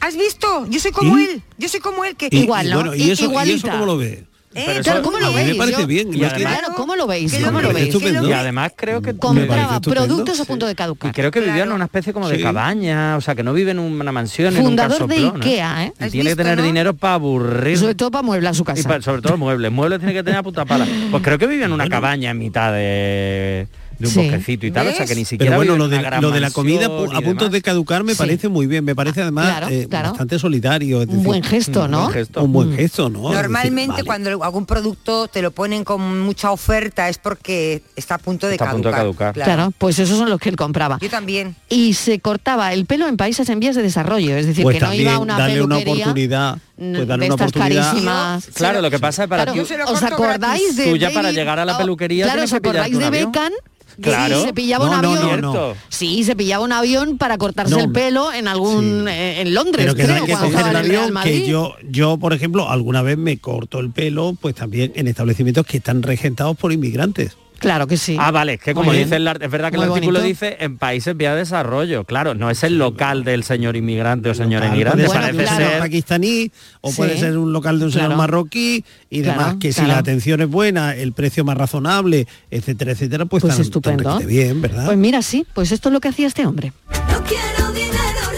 [SPEAKER 4] ¿Has visto? Yo soy como
[SPEAKER 3] ¿Y?
[SPEAKER 4] él, yo soy como él que Eh,
[SPEAKER 3] Y- Igual, y ¿no? bueno, ¿y I- eso- y eso
[SPEAKER 6] igualita. cómo lo ve?
[SPEAKER 4] Pero
[SPEAKER 3] claro,
[SPEAKER 4] eso-
[SPEAKER 3] ¿cómo lo
[SPEAKER 6] a mí me
[SPEAKER 3] veis?
[SPEAKER 6] parece bien,
[SPEAKER 3] Y
[SPEAKER 6] no
[SPEAKER 3] además-
[SPEAKER 6] tiene-
[SPEAKER 3] claro, ¿cómo lo veis?
[SPEAKER 6] Que lo
[SPEAKER 3] ¿Cómo lo
[SPEAKER 6] ve-
[SPEAKER 3] veis?
[SPEAKER 6] estupendo.
[SPEAKER 7] Y además creo que
[SPEAKER 3] Compraba productos a punto de caducar.
[SPEAKER 7] Y creo que vivían en una especie como de cabaña, o sea, que no viven en una mansión, en
[SPEAKER 3] Fundador
[SPEAKER 7] un
[SPEAKER 3] de
[SPEAKER 7] casoplón,
[SPEAKER 3] Ikea, ¿eh?
[SPEAKER 7] Y tiene que tener dinero para aburrir.
[SPEAKER 3] Sobre todo para mueblar su
[SPEAKER 7] Y
[SPEAKER 3] casa.
[SPEAKER 7] pa- sobre todo muebles. Muebles tiene que tener a puta pala. Pues creo que vive en una cabaña en mitad de, de un
[SPEAKER 6] Sí.
[SPEAKER 7] bosquecito y tal, o sea que ni
[SPEAKER 6] ¿Ves?
[SPEAKER 7] siquiera
[SPEAKER 6] Pero bueno,
[SPEAKER 7] vive
[SPEAKER 6] lo
[SPEAKER 7] en
[SPEAKER 6] de,
[SPEAKER 7] una gran
[SPEAKER 6] lo de la comida
[SPEAKER 7] mansión
[SPEAKER 6] pu-
[SPEAKER 7] y
[SPEAKER 6] a punto
[SPEAKER 7] demás.
[SPEAKER 6] de caducar me
[SPEAKER 7] Sí.
[SPEAKER 6] parece muy bien, me
[SPEAKER 3] Ah,
[SPEAKER 6] parece además
[SPEAKER 4] claro,
[SPEAKER 6] eh,
[SPEAKER 4] claro.
[SPEAKER 6] bastante solidario. es
[SPEAKER 4] Un buen gesto,
[SPEAKER 6] un
[SPEAKER 4] ¿no?
[SPEAKER 6] buen gesto. Un
[SPEAKER 3] Mm.
[SPEAKER 6] buen gesto, ¿no? Es decir,
[SPEAKER 4] Normalmente
[SPEAKER 6] vale.
[SPEAKER 4] cuando algún producto te lo ponen con mucha oferta es porque está a punto de
[SPEAKER 7] Está a punto
[SPEAKER 4] caducar.
[SPEAKER 7] de caducar.
[SPEAKER 3] Claro. pues esos son los que él compraba.
[SPEAKER 4] Yo también.
[SPEAKER 3] Y se cortaba el pelo en países en vías de desarrollo, es decir,
[SPEAKER 6] Pues
[SPEAKER 3] que no iba a
[SPEAKER 6] también
[SPEAKER 3] una
[SPEAKER 6] darle una
[SPEAKER 3] peluquería.
[SPEAKER 6] oportunidad,
[SPEAKER 3] n-
[SPEAKER 6] pues darle
[SPEAKER 3] de
[SPEAKER 6] una
[SPEAKER 3] estas
[SPEAKER 6] oportunidad.
[SPEAKER 3] carísimas.
[SPEAKER 7] Claro, lo que pasa es para
[SPEAKER 3] Claro,
[SPEAKER 7] ti,
[SPEAKER 3] yo se lo ¿Os corto acordáis gratis. de
[SPEAKER 7] tú ya
[SPEAKER 3] David-
[SPEAKER 7] para llegar a la peluquería
[SPEAKER 3] claro,
[SPEAKER 7] tienes
[SPEAKER 3] ¿os
[SPEAKER 7] que pillarte
[SPEAKER 3] acordáis
[SPEAKER 7] un
[SPEAKER 3] de
[SPEAKER 7] avión?
[SPEAKER 3] Beckham? Que
[SPEAKER 7] Claro.
[SPEAKER 3] se pillaba
[SPEAKER 7] No,
[SPEAKER 3] un
[SPEAKER 7] no, no,
[SPEAKER 3] avión.
[SPEAKER 7] no.
[SPEAKER 3] Sí, se pillaba un avión para cortarse el pelo en algún eh, en Londres,
[SPEAKER 6] Pero que no
[SPEAKER 3] creo,
[SPEAKER 6] hay que
[SPEAKER 3] cuando
[SPEAKER 6] coger el
[SPEAKER 3] estaba en Real
[SPEAKER 6] avión, que
[SPEAKER 3] Madrid.
[SPEAKER 6] yo, yo, por ejemplo, alguna vez me corto el pelo, pues también en establecimientos que están regentados por inmigrantes.
[SPEAKER 3] Claro que sí.
[SPEAKER 7] Ah, vale, es que
[SPEAKER 6] Muy
[SPEAKER 7] como
[SPEAKER 6] bien.
[SPEAKER 7] dice el art- es verdad que
[SPEAKER 6] Muy
[SPEAKER 7] el artículo
[SPEAKER 6] bonito.
[SPEAKER 7] dice en países vía de desarrollo, claro, no es el local del señor inmigrante o señora inmigrante,
[SPEAKER 6] puede
[SPEAKER 7] parece
[SPEAKER 6] ser un local
[SPEAKER 7] ser
[SPEAKER 6] pakistaní o
[SPEAKER 7] Sí.
[SPEAKER 6] puede ser un local de un señor
[SPEAKER 7] Claro.
[SPEAKER 6] marroquí y
[SPEAKER 7] Claro,
[SPEAKER 6] demás, que si
[SPEAKER 7] claro.
[SPEAKER 6] la atención es buena, el precio más razonable, etcétera, etcétera, pues, tan- tan
[SPEAKER 3] estupendo.
[SPEAKER 6] requete bien, ¿verdad?
[SPEAKER 3] Pues mira, sí, pues esto es lo que hacía este hombre.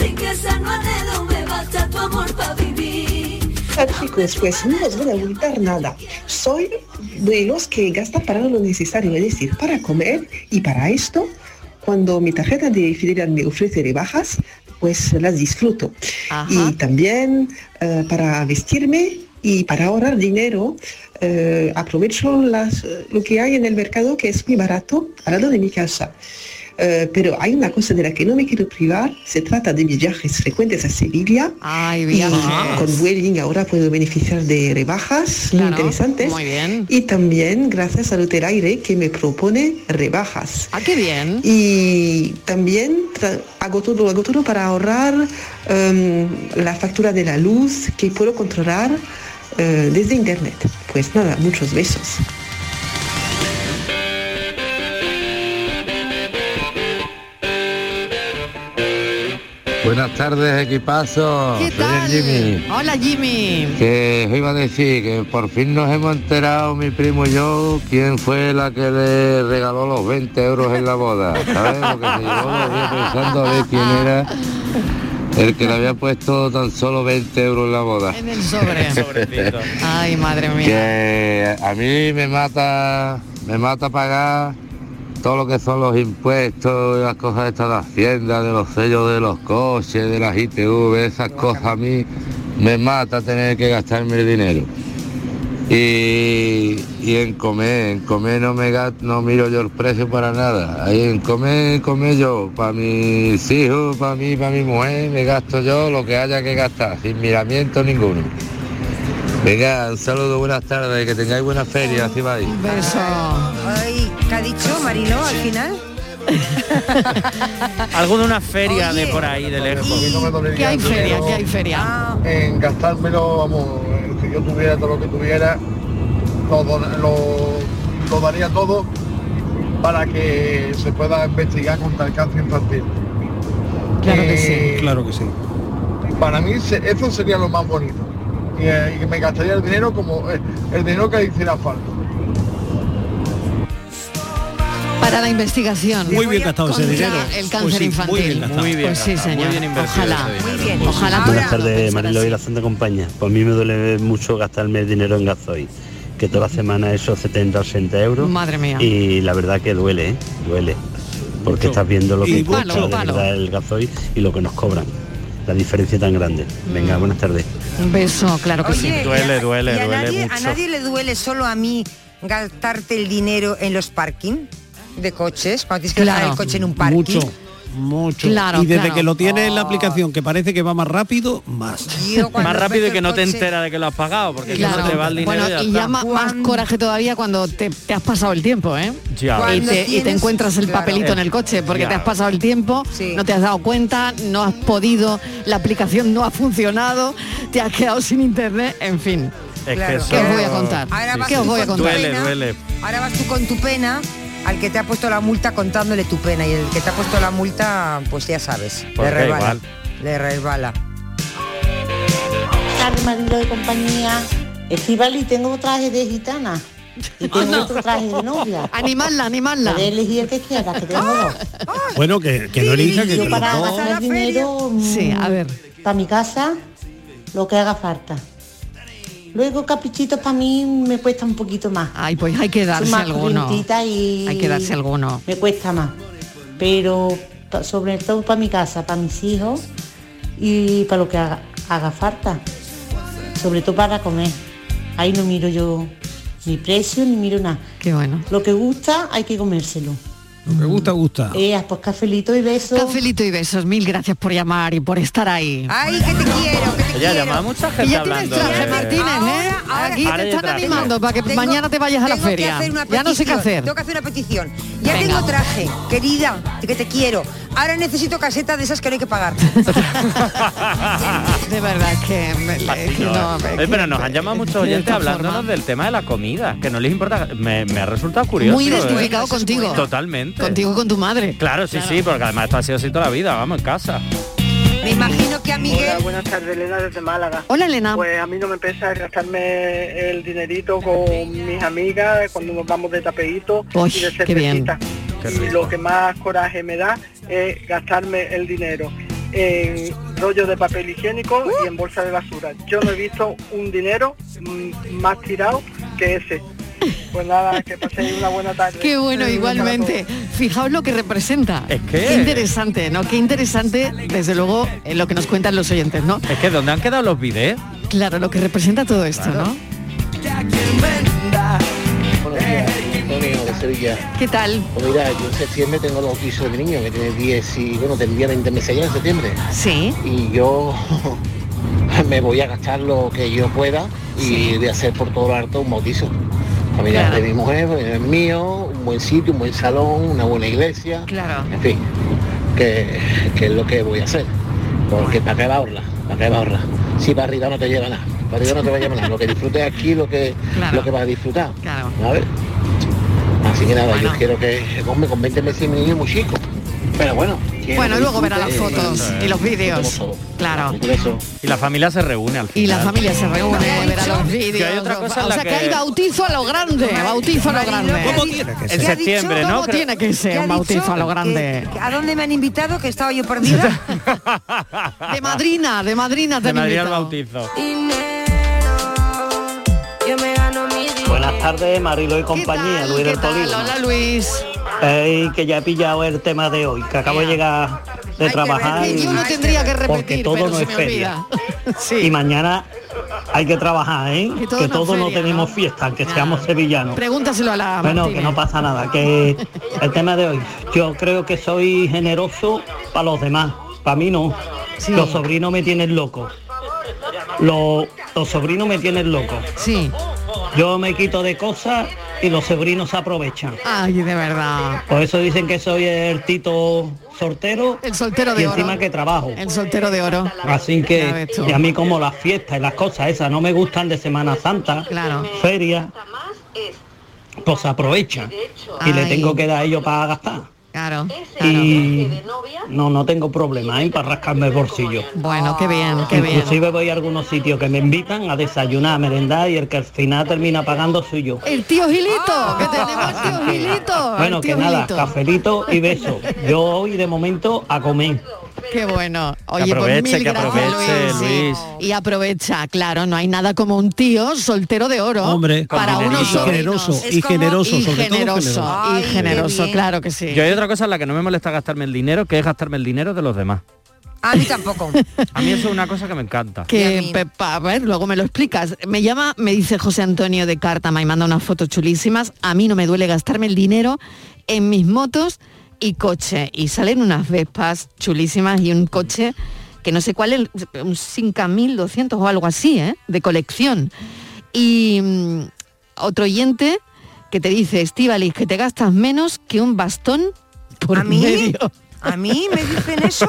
[SPEAKER 16] riqueza no anhelo, me basta tu amor para vivir.
[SPEAKER 1] Hola, chicos, pues no os voy a ocultar nada. Soy de los que gasta para lo necesario, es decir, para comer y para esto, cuando mi tarjeta de fidelidad me ofrece rebajas, pues las disfruto. Y también eh, para vestirme y para ahorrar dinero, eh, aprovecho las, eh, lo que hay en el mercado que es muy barato al lado de mi casa. Eh, pero hay una cosa de la que no me quiero privar, se trata de mis viajes frecuentes a Sevilla.
[SPEAKER 3] Ay,
[SPEAKER 1] Y
[SPEAKER 3] viajes.
[SPEAKER 1] con Vueling ahora puedo beneficiar de rebajas muy
[SPEAKER 3] Claro,
[SPEAKER 1] interesantes.
[SPEAKER 3] muy bien.
[SPEAKER 1] Y también gracias a Aire que me propone rebajas.
[SPEAKER 3] Ah, qué bien.
[SPEAKER 1] Y también tra- hago todo, hago todo para ahorrar em, la factura de la luz que puedo controlar eh, desde internet. Pues nada, muchos besos.
[SPEAKER 5] Buenas tardes, equipazo.
[SPEAKER 3] ¿Qué
[SPEAKER 5] Soy el
[SPEAKER 3] tal?
[SPEAKER 5] Jimmy.
[SPEAKER 3] Hola, Jimmy.
[SPEAKER 5] Que os iba a decir que por fin nos hemos enterado, mi primo y yo, quién fue la que le regaló los 20 euros en la boda. ¿Sabes? Lo que se llevó los días pensando a ver quién era el que le había puesto tan solo 20 euros en la boda.
[SPEAKER 3] En el
[SPEAKER 5] <laughs>
[SPEAKER 3] sobre. Ay, madre mía.
[SPEAKER 5] que a mí me mata me mata pagar todo lo que son los impuestos y las cosas de estas de hacienda de los sellos de los coches de las ITV esas cosas a mí me mata tener que gastarme el dinero y, y en comer en comer no me gas- no miro yo el precio para nada ahí en comer en comer yo para mis hijos para mí para mi mujer me gasto yo lo que haya que gastar sin miramiento ninguno Venga, un saludo, buenas tardes, que tengáis buena feria, así vais.
[SPEAKER 3] Beso.
[SPEAKER 4] Ay, ¿qué ha dicho Mariló al final?
[SPEAKER 7] alguna una feria de por ahí de lejos.
[SPEAKER 3] Que hay feria, que hay feria.
[SPEAKER 21] En gastármelo, vamos, eh, si yo tuviera todo lo que tuviera, lo, don- lo- lo daría todo para que se pueda investigar contra el cáncer infantil.
[SPEAKER 6] Claro que
[SPEAKER 21] Eh,
[SPEAKER 6] sí. Claro que sí.
[SPEAKER 21] Para mí se- eso sería lo más bonito. Y, eh, y me gastaría el dinero como eh, el dinero que hiciera falta.
[SPEAKER 3] Para la investigación.
[SPEAKER 21] Muy bien
[SPEAKER 6] gastado ese
[SPEAKER 3] Contra
[SPEAKER 6] dinero.
[SPEAKER 3] El
[SPEAKER 6] Pues sí,
[SPEAKER 3] cáncer
[SPEAKER 6] muy bien
[SPEAKER 3] infantil.
[SPEAKER 6] gastado. Muy bien
[SPEAKER 3] pues sí,
[SPEAKER 6] gastado, muy
[SPEAKER 3] señor.
[SPEAKER 6] bien invertido
[SPEAKER 3] Ojalá.
[SPEAKER 6] ese dinero.
[SPEAKER 3] Ojalá.
[SPEAKER 8] Buenas
[SPEAKER 3] pudiera
[SPEAKER 8] tardes,
[SPEAKER 3] pensar
[SPEAKER 8] Marilo
[SPEAKER 3] así.
[SPEAKER 8] y la Santa Compañía. Pues a mí me duele mucho gastarme el dinero en gasoil, que toda la semana esos 70, 80 euros.
[SPEAKER 3] Madre mía.
[SPEAKER 8] Y la verdad que duele, ¿eh? duele. Porque estás viendo lo
[SPEAKER 3] Y
[SPEAKER 8] que cuesta
[SPEAKER 3] palo,
[SPEAKER 8] de
[SPEAKER 3] palo.
[SPEAKER 8] verdad el gasoil y lo que nos cobran. La diferencia tan grande. Venga,
[SPEAKER 3] Mm.
[SPEAKER 8] buenas tardes.
[SPEAKER 3] Un beso, claro que sí.
[SPEAKER 4] Oye,
[SPEAKER 8] Duele,
[SPEAKER 4] y a-
[SPEAKER 8] duele,
[SPEAKER 4] y a
[SPEAKER 8] duele
[SPEAKER 4] nadie, A
[SPEAKER 8] mucho.
[SPEAKER 4] nadie le duele solo a mí gastarte el dinero en los parking de coches, cuando tienes que
[SPEAKER 6] Claro.
[SPEAKER 4] dejar el coche en un parking. Oh.
[SPEAKER 6] Mucho, mucho.
[SPEAKER 4] Claro,
[SPEAKER 6] y desde
[SPEAKER 4] claro.
[SPEAKER 6] que lo tienes en la aplicación, que parece que va más rápido, más.
[SPEAKER 7] Más rápido y que no te entera de que lo has pagado, porque si
[SPEAKER 6] Claro.
[SPEAKER 7] no te va el dinero
[SPEAKER 6] Bueno,
[SPEAKER 7] y ya
[SPEAKER 3] Y
[SPEAKER 7] está.
[SPEAKER 3] ya ma- más coraje todavía cuando te, te has pasado el tiempo, ¿eh?
[SPEAKER 7] Ya
[SPEAKER 3] Y
[SPEAKER 7] ves.
[SPEAKER 3] te, y te encuentras el
[SPEAKER 7] Claro.
[SPEAKER 3] papelito en el coche porque
[SPEAKER 7] Ya
[SPEAKER 3] te has pasado el tiempo, no te has dado cuenta, no has podido, la aplicación no ha funcionado, te has quedado sin internet, en fin.
[SPEAKER 7] Es que eso-
[SPEAKER 3] ¿Qué os voy a contar?
[SPEAKER 4] Ahora vas
[SPEAKER 3] ¿Qué
[SPEAKER 4] tú
[SPEAKER 3] os voy a
[SPEAKER 4] con
[SPEAKER 3] contar?
[SPEAKER 4] tu
[SPEAKER 7] Duele,
[SPEAKER 4] pena,
[SPEAKER 7] duele.
[SPEAKER 4] Ahora vas tú con tu pena al que te ha puesto la multa contándole tu pena y el que te ha puesto la multa, pues ya sabes,
[SPEAKER 7] Porque
[SPEAKER 4] le resbala.
[SPEAKER 7] igual.
[SPEAKER 4] Le resbala.
[SPEAKER 9] Carmen Marilo de compañía. Estival y tengo traje de gitana. Y
[SPEAKER 3] <laughs>
[SPEAKER 9] tengo
[SPEAKER 3] Anda.
[SPEAKER 9] otro traje de novia.
[SPEAKER 3] Animadla, animadla.
[SPEAKER 9] Puedes elegir el que quieras, que tengo
[SPEAKER 3] <laughs>
[SPEAKER 9] dos.
[SPEAKER 6] Bueno, que, que no elija que,
[SPEAKER 9] yo
[SPEAKER 6] que los
[SPEAKER 9] para
[SPEAKER 6] dos-
[SPEAKER 9] gastar
[SPEAKER 15] mm,
[SPEAKER 9] dinero
[SPEAKER 3] Sí, a ver.
[SPEAKER 9] para mi casa, lo que haga falta.
[SPEAKER 15] Luego caprichitos para mí me cuesta un poquito más.
[SPEAKER 3] Ay, pues hay que darse alguno.
[SPEAKER 15] Y
[SPEAKER 3] Hay que darse alguno.
[SPEAKER 15] Me cuesta más. Pero pa- sobre todo para mi casa, para mis hijos y para lo que haga, haga falta. Sobre todo para comer. Ahí no miro yo ni precio ni miro nada.
[SPEAKER 3] Qué bueno.
[SPEAKER 15] Lo que gusta hay que comérselo.
[SPEAKER 19] Lo que gusta, gusta.
[SPEAKER 15] Eh, pues cafelito y besos.
[SPEAKER 3] Cafelito y besos, mil gracias por llamar y por estar ahí.
[SPEAKER 4] Ay, que te quiero, que te
[SPEAKER 7] Ya
[SPEAKER 4] quiero.
[SPEAKER 7] llama mucha gente
[SPEAKER 3] Y ya tienes
[SPEAKER 7] hablando.
[SPEAKER 3] traje,
[SPEAKER 7] de-
[SPEAKER 3] Martínez, ¿eh? Aquí
[SPEAKER 7] ahora ya
[SPEAKER 3] te están
[SPEAKER 7] traje.
[SPEAKER 3] animando para que
[SPEAKER 4] Tengo-
[SPEAKER 3] mañana te vayas a la
[SPEAKER 4] tengo que
[SPEAKER 3] feria.
[SPEAKER 4] hacer una
[SPEAKER 3] Ya no sé qué
[SPEAKER 4] petición,
[SPEAKER 3] hacer.
[SPEAKER 4] Tengo que hacer una petición. Ya
[SPEAKER 3] Venga.
[SPEAKER 4] tengo traje, querida, que te quiero. Ahora necesito caseta de esas que no hay que
[SPEAKER 3] <laughs>
[SPEAKER 4] pagar.
[SPEAKER 3] De verdad que... me- que no,
[SPEAKER 7] No,
[SPEAKER 3] me-
[SPEAKER 7] eh, pero nos han llamado muchos oyentes
[SPEAKER 3] esta
[SPEAKER 7] hablándonos del tema de la comida, que no les importa. Me, me ha resultado curioso.
[SPEAKER 3] Muy
[SPEAKER 7] ¿eh?
[SPEAKER 3] identificado contigo.
[SPEAKER 7] Totalmente.
[SPEAKER 3] Contigo con tu madre.
[SPEAKER 7] Claro, sí, sí, porque además esto ha sido así toda la vida, vamos, en casa.
[SPEAKER 4] Me imagino que a Miguel...
[SPEAKER 9] Hola, buenas tardes, Elena desde Málaga.
[SPEAKER 3] Hola, Elena.
[SPEAKER 9] Pues a mí no me pesa gastarme el dinerito con mis amigas cuando nos vamos de tapeíto
[SPEAKER 3] Uy,
[SPEAKER 9] y de
[SPEAKER 3] qué bien.
[SPEAKER 9] cervecita.
[SPEAKER 3] Qué
[SPEAKER 9] Y lo que más coraje me da es gastarme el dinero en rollos de papel higiénico y en bolsa de basura. Yo no he visto un dinero mm, más tirado que ese. Pues nada, que paséis una buena tarde.
[SPEAKER 3] Qué bueno, igualmente. Fijaos lo que representa. Es
[SPEAKER 7] que-
[SPEAKER 3] Qué interesante, ¿no? Qué interesante, desde luego, eh, lo que nos cuentan los oyentes, ¿no?
[SPEAKER 7] Es que ¿dónde han quedado los bidets?
[SPEAKER 3] Claro, lo que representa todo esto, ¿no?
[SPEAKER 22] Buenos días, Antonio de Sevilla.
[SPEAKER 3] ¿Qué tal?
[SPEAKER 22] Pues mira, yo en septiembre tengo los pisos de mi niño, que tiene 10 y bueno, tendría 20 meses ya en septiembre.
[SPEAKER 3] Sí.
[SPEAKER 22] Y yo <laughs> me voy a gastar lo que yo pueda y de hacer por todo lo harto un bautizo. Familiar de mi mujer, el mío, un buen sitio, un buen salón, una buena iglesia.
[SPEAKER 3] Claro.
[SPEAKER 22] En fin, que, que es lo que voy a hacer. Porque para qué va a ahorrar, para qué va a ahorrar. Si para arriba no te lleva nada, para arriba no te va a llevar nada. Lo que disfrutes aquí,
[SPEAKER 3] <laughs>
[SPEAKER 22] lo que, lo que vas a disfrutar.
[SPEAKER 3] Claro.
[SPEAKER 22] ¿sabes? Así que nada, yo quiero que hombre, con 20 meses mi niño es muy chico. Pero bueno. quiero
[SPEAKER 3] Bueno,
[SPEAKER 22] que
[SPEAKER 3] luego verá las
[SPEAKER 22] disfrute,
[SPEAKER 3] fotos
[SPEAKER 22] eh,
[SPEAKER 3] y los
[SPEAKER 22] como
[SPEAKER 3] vídeos.
[SPEAKER 22] todo.
[SPEAKER 3] Claro.
[SPEAKER 7] Y la familia se reúne al final.
[SPEAKER 3] Y la familia se reúne, verá los vídeos.
[SPEAKER 7] Que hay otra cosa en
[SPEAKER 3] o
[SPEAKER 7] la
[SPEAKER 3] sea que... hay
[SPEAKER 7] que-
[SPEAKER 3] bautizo a lo grande, bautizo a lo grande.
[SPEAKER 7] ¿Cómo tiene que ser? En septiembre, ¿no?
[SPEAKER 3] ¿Cómo
[SPEAKER 7] Creo-
[SPEAKER 3] tiene que
[SPEAKER 4] ¿Qué
[SPEAKER 3] ser
[SPEAKER 4] ha
[SPEAKER 3] un bautizo
[SPEAKER 4] dicho?
[SPEAKER 3] a lo grande?
[SPEAKER 4] Que- que ¿A dónde me han invitado? Que estaba yo perdida.
[SPEAKER 3] <laughs> De madrina, de madrina te
[SPEAKER 7] Se
[SPEAKER 3] han
[SPEAKER 7] me haría el
[SPEAKER 3] invitado.
[SPEAKER 7] bautizo.
[SPEAKER 12] Buenas tardes, Marilo y compañía, Luis del Tolima.
[SPEAKER 3] Hola Luis.
[SPEAKER 12] Ey, que ya he pillado el tema de hoy, que acabo de llegar de trabajar
[SPEAKER 3] Que
[SPEAKER 12] y,
[SPEAKER 3] yo lo tendría que
[SPEAKER 12] porque
[SPEAKER 3] repetir,
[SPEAKER 12] todo
[SPEAKER 3] pero
[SPEAKER 12] no
[SPEAKER 3] se
[SPEAKER 12] es
[SPEAKER 3] me
[SPEAKER 12] feria.
[SPEAKER 3] olvida.
[SPEAKER 12] Y mañana hay que trabajar, ¿eh?
[SPEAKER 3] Que
[SPEAKER 12] Que
[SPEAKER 3] todo
[SPEAKER 12] todos
[SPEAKER 3] no es
[SPEAKER 12] no
[SPEAKER 3] feria,
[SPEAKER 12] tenemos fiesta, aunque seamos sevillanos.
[SPEAKER 3] Pregúntaselo a la
[SPEAKER 12] Bueno, que
[SPEAKER 3] Martínez.
[SPEAKER 12] no pasa nada, que el tema de hoy, yo creo que soy generoso para los demás, para mí no. Los sobrinos me tienen loco. Los, los sobrinos me tienen loco.
[SPEAKER 3] Sí.
[SPEAKER 12] Yo me quito de cosas y los sobrinos se aprovechan.
[SPEAKER 3] Ay, de verdad.
[SPEAKER 12] Por eso dicen que soy el Tito sortero.
[SPEAKER 3] El soltero de
[SPEAKER 12] y
[SPEAKER 3] oro.
[SPEAKER 12] encima que trabajo.
[SPEAKER 3] El soltero de oro.
[SPEAKER 12] Así
[SPEAKER 3] Ya
[SPEAKER 12] que
[SPEAKER 3] ves tú.
[SPEAKER 12] y a mí como las fiestas y las cosas esas no me gustan de Semana Santa,
[SPEAKER 3] Claro.
[SPEAKER 12] feria, pues aprovecha y le
[SPEAKER 3] Ay.
[SPEAKER 12] tengo que dar a ellos para gastar.
[SPEAKER 3] Claro.
[SPEAKER 12] Y no, no tengo problema ¿eh? para rascarme el bolsillo.
[SPEAKER 3] Bueno, qué bien, qué bien.
[SPEAKER 12] Inclusive voy a algunos sitios que me invitan a desayunar, a merendar y el que al final termina pagando soy yo.
[SPEAKER 3] El tío Gilito, que tenemos el tío Gilito.
[SPEAKER 12] Bueno,
[SPEAKER 3] el
[SPEAKER 12] que
[SPEAKER 3] tío
[SPEAKER 12] nada,
[SPEAKER 3] Gilito.
[SPEAKER 12] cafelito y beso. Yo hoy de momento a comer.
[SPEAKER 3] Qué bueno. Oye, pues
[SPEAKER 12] aproveche,
[SPEAKER 3] mil
[SPEAKER 12] que
[SPEAKER 3] gracias,
[SPEAKER 12] aproveche,
[SPEAKER 3] sí.
[SPEAKER 12] Luis.
[SPEAKER 3] Y aprovecha, claro, no hay nada como un tío soltero de oro
[SPEAKER 19] Hombre,
[SPEAKER 3] para
[SPEAKER 19] con
[SPEAKER 3] unos
[SPEAKER 19] dinerito. Y
[SPEAKER 3] sobrinos.
[SPEAKER 19] generoso, y Es como- generoso,
[SPEAKER 3] y
[SPEAKER 19] sobre todo
[SPEAKER 3] generoso,
[SPEAKER 19] generoso.
[SPEAKER 3] y generoso, claro que sí.
[SPEAKER 7] Yo hay otra cosa en la que no me molesta gastarme el dinero, que es gastarme el dinero de los demás.
[SPEAKER 4] A mí tampoco.
[SPEAKER 7] A mí eso es una cosa que me encanta.
[SPEAKER 3] Que, Pepa, a ver, luego me lo explicas. Me llama, me dice José Antonio de Cártama y manda unas fotos chulísimas. A mí no me duele gastarme el dinero en mis motos y coche. Y salen unas Vespas chulísimas y un coche que no sé cuál es, un 5.200 o algo así, ¿eh? de colección. Y mm, otro oyente que te dice, Estivalis, que te gastas menos que un bastón por
[SPEAKER 4] ¿A mí?
[SPEAKER 3] medio.
[SPEAKER 4] ¿A mí me dicen eso?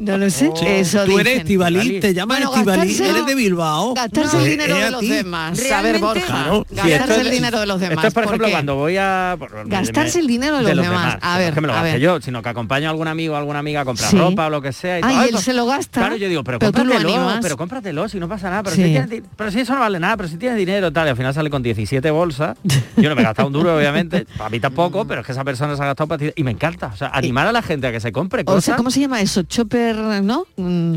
[SPEAKER 3] No lo sé. Eso
[SPEAKER 19] Tú eres
[SPEAKER 3] dicen.
[SPEAKER 19] Estivaliz, te llamas
[SPEAKER 3] Bueno,
[SPEAKER 19] Estivaliz,
[SPEAKER 3] gastárselo-
[SPEAKER 19] eres de Bilbao.
[SPEAKER 3] Gastarse el
[SPEAKER 19] Eh,
[SPEAKER 3] dinero
[SPEAKER 19] eh,
[SPEAKER 3] de
[SPEAKER 19] a
[SPEAKER 3] los
[SPEAKER 19] ti.
[SPEAKER 3] demás. A ver, Borja.
[SPEAKER 7] Claro. Sí,
[SPEAKER 3] Gastarse
[SPEAKER 7] esto es-
[SPEAKER 3] el dinero de los demás.
[SPEAKER 7] Esto es, por ejemplo,
[SPEAKER 3] qué?
[SPEAKER 7] cuando voy a... por-
[SPEAKER 3] Gastarse el dinero de los demás. A
[SPEAKER 7] que no
[SPEAKER 3] ver,
[SPEAKER 7] es que me lo
[SPEAKER 3] a
[SPEAKER 7] gaste
[SPEAKER 3] ver.
[SPEAKER 7] yo, sino que acompaño a algún amigo o alguna amiga a comprar
[SPEAKER 3] Sí.
[SPEAKER 7] ropa o lo que sea. y
[SPEAKER 3] Ay,
[SPEAKER 7] digo,
[SPEAKER 3] él
[SPEAKER 7] pues-
[SPEAKER 3] se lo gasta,
[SPEAKER 7] Claro, yo digo, pero,
[SPEAKER 3] pero tú lo
[SPEAKER 7] cómpratelo,
[SPEAKER 3] animas.
[SPEAKER 7] pero cómpratelo, si no pasa nada. Pero,
[SPEAKER 3] Sí.
[SPEAKER 7] si tienes di- pero si eso no vale nada, pero si tienes dinero, tal. Y al final sale con 17 bolsas. <laughs> Yo no me he gastado un duro, obviamente. Para mí tampoco, pero es que esa persona se ha gastado para ti. Y me encanta. O sea, animar a la gente a que se compre
[SPEAKER 3] O sea,
[SPEAKER 7] cosas.
[SPEAKER 3] ¿cómo se llama eso? Chopper, ¿no? Mm,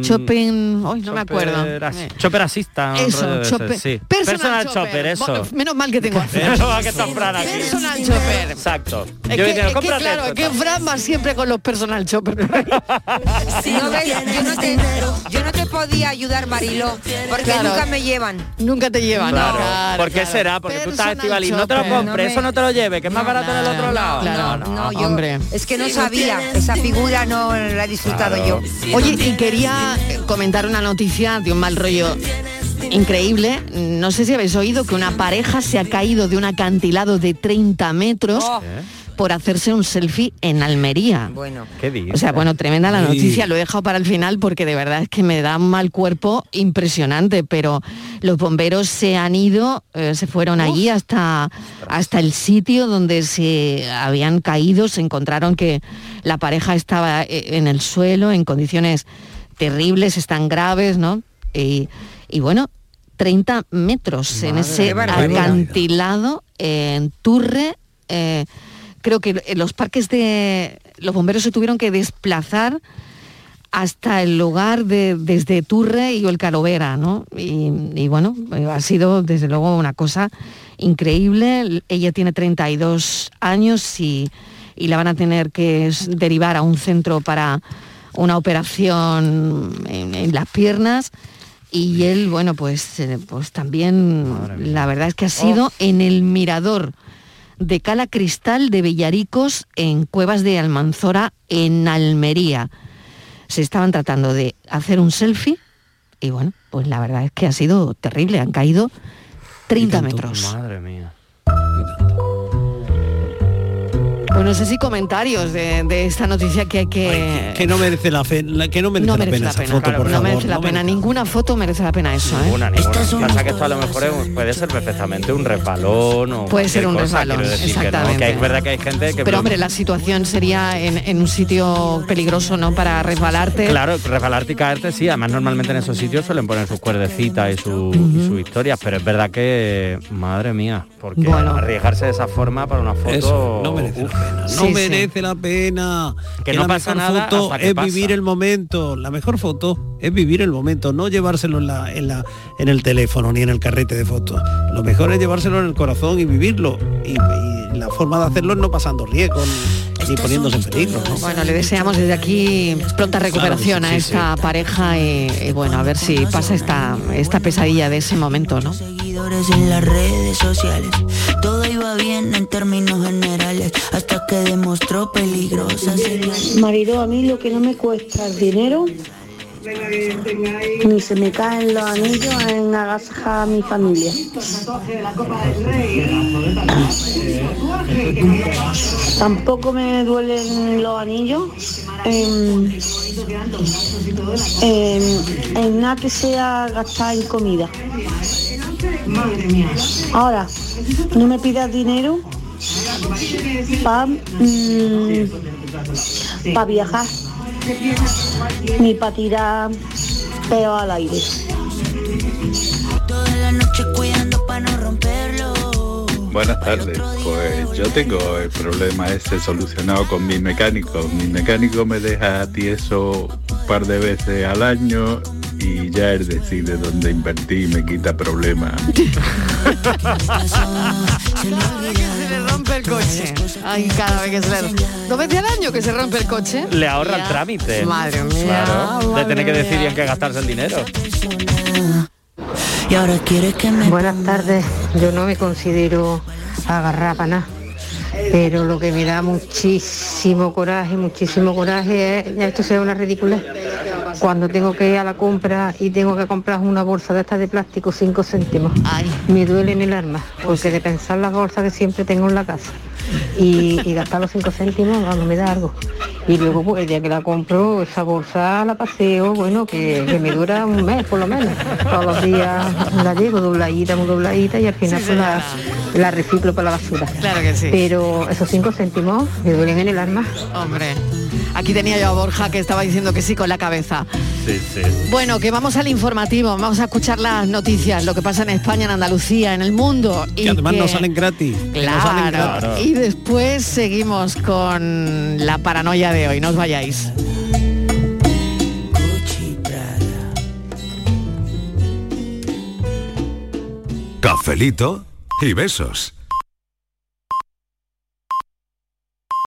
[SPEAKER 3] Shopping... Ay, no me acuerdo. Eh,
[SPEAKER 7] Chopper as- Chopper asista. un
[SPEAKER 3] Eso,
[SPEAKER 7] rollo de
[SPEAKER 3] chopper.
[SPEAKER 7] ese, sí.
[SPEAKER 3] Personal
[SPEAKER 7] chopper,
[SPEAKER 3] chopper.
[SPEAKER 7] eso.
[SPEAKER 3] Bueno,
[SPEAKER 7] <laughs>
[SPEAKER 3] menos mal que tengo a Fran.
[SPEAKER 7] Menos mal que está Fran aquí.
[SPEAKER 3] Personal chopper.
[SPEAKER 7] Exacto.
[SPEAKER 3] Es
[SPEAKER 7] Yo
[SPEAKER 3] que,
[SPEAKER 7] diciendo,
[SPEAKER 3] es que,
[SPEAKER 7] cómprate
[SPEAKER 3] claro,
[SPEAKER 7] esto,
[SPEAKER 3] es que Fran va siempre con los personal chopper.
[SPEAKER 4] No, ves, yo, no te, yo no te podía ayudar, Mariló, porque
[SPEAKER 3] Claro.
[SPEAKER 4] nunca me llevan.
[SPEAKER 3] <laughs> Nunca te llevan.
[SPEAKER 7] Claro.
[SPEAKER 3] ¿no? Claro,
[SPEAKER 7] ¿Por qué
[SPEAKER 3] claro.
[SPEAKER 7] será? Porque tú estás estival y no te lo
[SPEAKER 3] chopper.
[SPEAKER 7] compres,
[SPEAKER 3] No me-
[SPEAKER 7] eso no te lo lleves, que es más barato en el otro lado.
[SPEAKER 3] Claro,
[SPEAKER 7] no,
[SPEAKER 3] no, hombre.
[SPEAKER 4] Es que no sabía, esa figura no la he disfrutado
[SPEAKER 7] Claro.
[SPEAKER 4] yo.
[SPEAKER 3] Oye, y quería eh, comentar una noticia de un mal rollo increíble. No sé si habéis oído que una pareja se ha caído de un acantilado de 30 metros
[SPEAKER 7] Oh.
[SPEAKER 3] por hacerse un selfie en Almería.
[SPEAKER 4] Bueno.
[SPEAKER 7] ¿Qué dices?
[SPEAKER 3] O sea, bueno, tremenda la
[SPEAKER 7] Sí.
[SPEAKER 3] noticia, lo he dejado para el final porque de verdad es que me da un mal cuerpo impresionante, pero los bomberos se han ido, eh, se fueron allí hasta, hasta el sitio donde se habían caído, se encontraron que la pareja estaba eh, en el suelo en condiciones terribles, están graves, ¿no? Y, y bueno, 30 metros en
[SPEAKER 4] Madre,
[SPEAKER 3] ese
[SPEAKER 4] qué barbaridad.
[SPEAKER 3] acantilado, eh, en Turre. eh, creo que en los parques de los bomberos se tuvieron que desplazar hasta el lugar de, desde Turre y el Calovera, ¿no? Y, y bueno, eh, ha sido desde luego una cosa increíble. Ella tiene 32 años y, y la van a tener que s- derivar a un centro para una operación en, en las piernas. Y él, bueno, pues, eh, pues también, la verdad es que ha sido en el mirador de Cala Cristal de Villaricos en Cuevas de Almanzora, en Almería. Se estaban tratando de hacer un selfie y bueno, pues la verdad es que ha sido terrible, han caído 30 metros.
[SPEAKER 7] Madre mía.
[SPEAKER 3] Pues no sé si comentarios de, de esta noticia que hay que...
[SPEAKER 6] Que no merece la, fe- la- que no merece
[SPEAKER 3] Eh, no
[SPEAKER 6] la
[SPEAKER 3] merece
[SPEAKER 6] pena
[SPEAKER 3] la
[SPEAKER 6] esa
[SPEAKER 3] pena,
[SPEAKER 6] foto,
[SPEAKER 3] claro,
[SPEAKER 6] por
[SPEAKER 3] no
[SPEAKER 6] favor.
[SPEAKER 3] merece la
[SPEAKER 6] no
[SPEAKER 3] pena, ninguna foto merece la pena eso, ¿eh?
[SPEAKER 7] Ninguna, ninguna. Pasa que esto a lo mejor es un- puede ser perfectamente un resbalón o
[SPEAKER 3] Puede ser
[SPEAKER 7] cualquier
[SPEAKER 3] un
[SPEAKER 7] cosa,
[SPEAKER 3] resbalón,
[SPEAKER 7] quiero decir que no,
[SPEAKER 3] exactamente.
[SPEAKER 7] que es verdad que hay gente que...
[SPEAKER 3] Pero hombre, la situación sería en, en un sitio peligroso, ¿no? Para resbalarte.
[SPEAKER 7] Claro, resbalarte y caerte, sí. Además, normalmente en esos sitios suelen poner sus cuerdecitas y, su, y sus historias, pero es verdad que, madre mía, porque
[SPEAKER 6] Bueno.
[SPEAKER 7] arriesgarse de esa forma para una foto...
[SPEAKER 6] Eso, no merece
[SPEAKER 7] uf,
[SPEAKER 6] No merece la pena.
[SPEAKER 7] Que no
[SPEAKER 6] la
[SPEAKER 7] pasa
[SPEAKER 6] mejor
[SPEAKER 7] nada
[SPEAKER 6] foto
[SPEAKER 7] hasta que
[SPEAKER 6] es
[SPEAKER 7] pasa.
[SPEAKER 6] vivir el momento. La mejor foto es vivir el momento, no llevárselo en, la, en, la, en el teléfono ni en el carrete de fotos. Lo mejor es llevárselo en el corazón y vivirlo. Y, y la forma de hacerlo es no pasando riesgo ni, ni poniéndose en peligro. ¿no?
[SPEAKER 3] Bueno, le deseamos desde aquí pronta
[SPEAKER 6] Claro que
[SPEAKER 3] recuperación
[SPEAKER 6] sí,
[SPEAKER 3] a
[SPEAKER 6] sí,
[SPEAKER 3] esta pareja y, y bueno, a ver si pasa esta, esta pesadilla de ese momento, ¿no?
[SPEAKER 19] seguidores en las redes sociales. Todo iba bien en términos generales hasta que demostró peligrosa señal.
[SPEAKER 9] Marido, a mí lo que no me cuesta el dinero, ni se me caen los anillos en agasaja a mi familia. Tampoco me duelen los anillos. En, en- en nada que sea gastar en comida. Ahora, no me pidas dinero para viajar, ni para tirar peo al aire.
[SPEAKER 19] Toda la noche cuidando para no romperlo.
[SPEAKER 13] Buenas tardes. Pues yo tengo el problema ese solucionado con mi mecánico. Mi mecánico me deja tieso un par de veces al año y ya él decide dónde invertir y me quita problemas.
[SPEAKER 3] Se le rompe el coche. Ay, cada vez que se le ¿Dos veces al año que se rompe el coche?
[SPEAKER 7] Le ahorra el
[SPEAKER 3] Ya.
[SPEAKER 7] trámite.
[SPEAKER 3] Madre mía,
[SPEAKER 7] Claro, de
[SPEAKER 3] madre
[SPEAKER 7] tener que
[SPEAKER 3] mía.
[SPEAKER 7] decidir en qué gastarse el dinero.
[SPEAKER 19] Y ahora quieres que me
[SPEAKER 15] Buenas tardes, yo no me considero agarrápana, pero lo que me da muchísimo coraje, muchísimo coraje es, ya esto sea una ridícula, cuando tengo que ir a la compra y tengo que comprar una bolsa de estas de plástico 5 céntimos, me duele en el alma, porque de pensar las bolsas que siempre tengo en la casa y, y gastar los 5 céntimos, vamos, me da algo. Y luego, pues, el día que la compro, esa bolsa la paseo, bueno, que, que me dura un mes por lo menos. Todos los días la llevo dobladita, muy dobladita y al final pues, la, la reciclo para la basura.
[SPEAKER 3] Claro que sí.
[SPEAKER 15] Pero esos cinco céntimos me duelen en el alma.
[SPEAKER 3] Hombre, aquí tenía yo a Borja que estaba diciendo que sí con la cabeza.
[SPEAKER 17] Sí, sí.
[SPEAKER 3] Bueno, que vamos al informativo, vamos a escuchar las noticias, lo que pasa en España, en Andalucía, en el mundo. Y
[SPEAKER 6] Que además
[SPEAKER 3] que-
[SPEAKER 6] no salen gratis. que no salen
[SPEAKER 3] Claro.
[SPEAKER 6] gratis.
[SPEAKER 3] Y después seguimos con la paranoia de hoy, no os vayáis.
[SPEAKER 18] Cafelito y besos.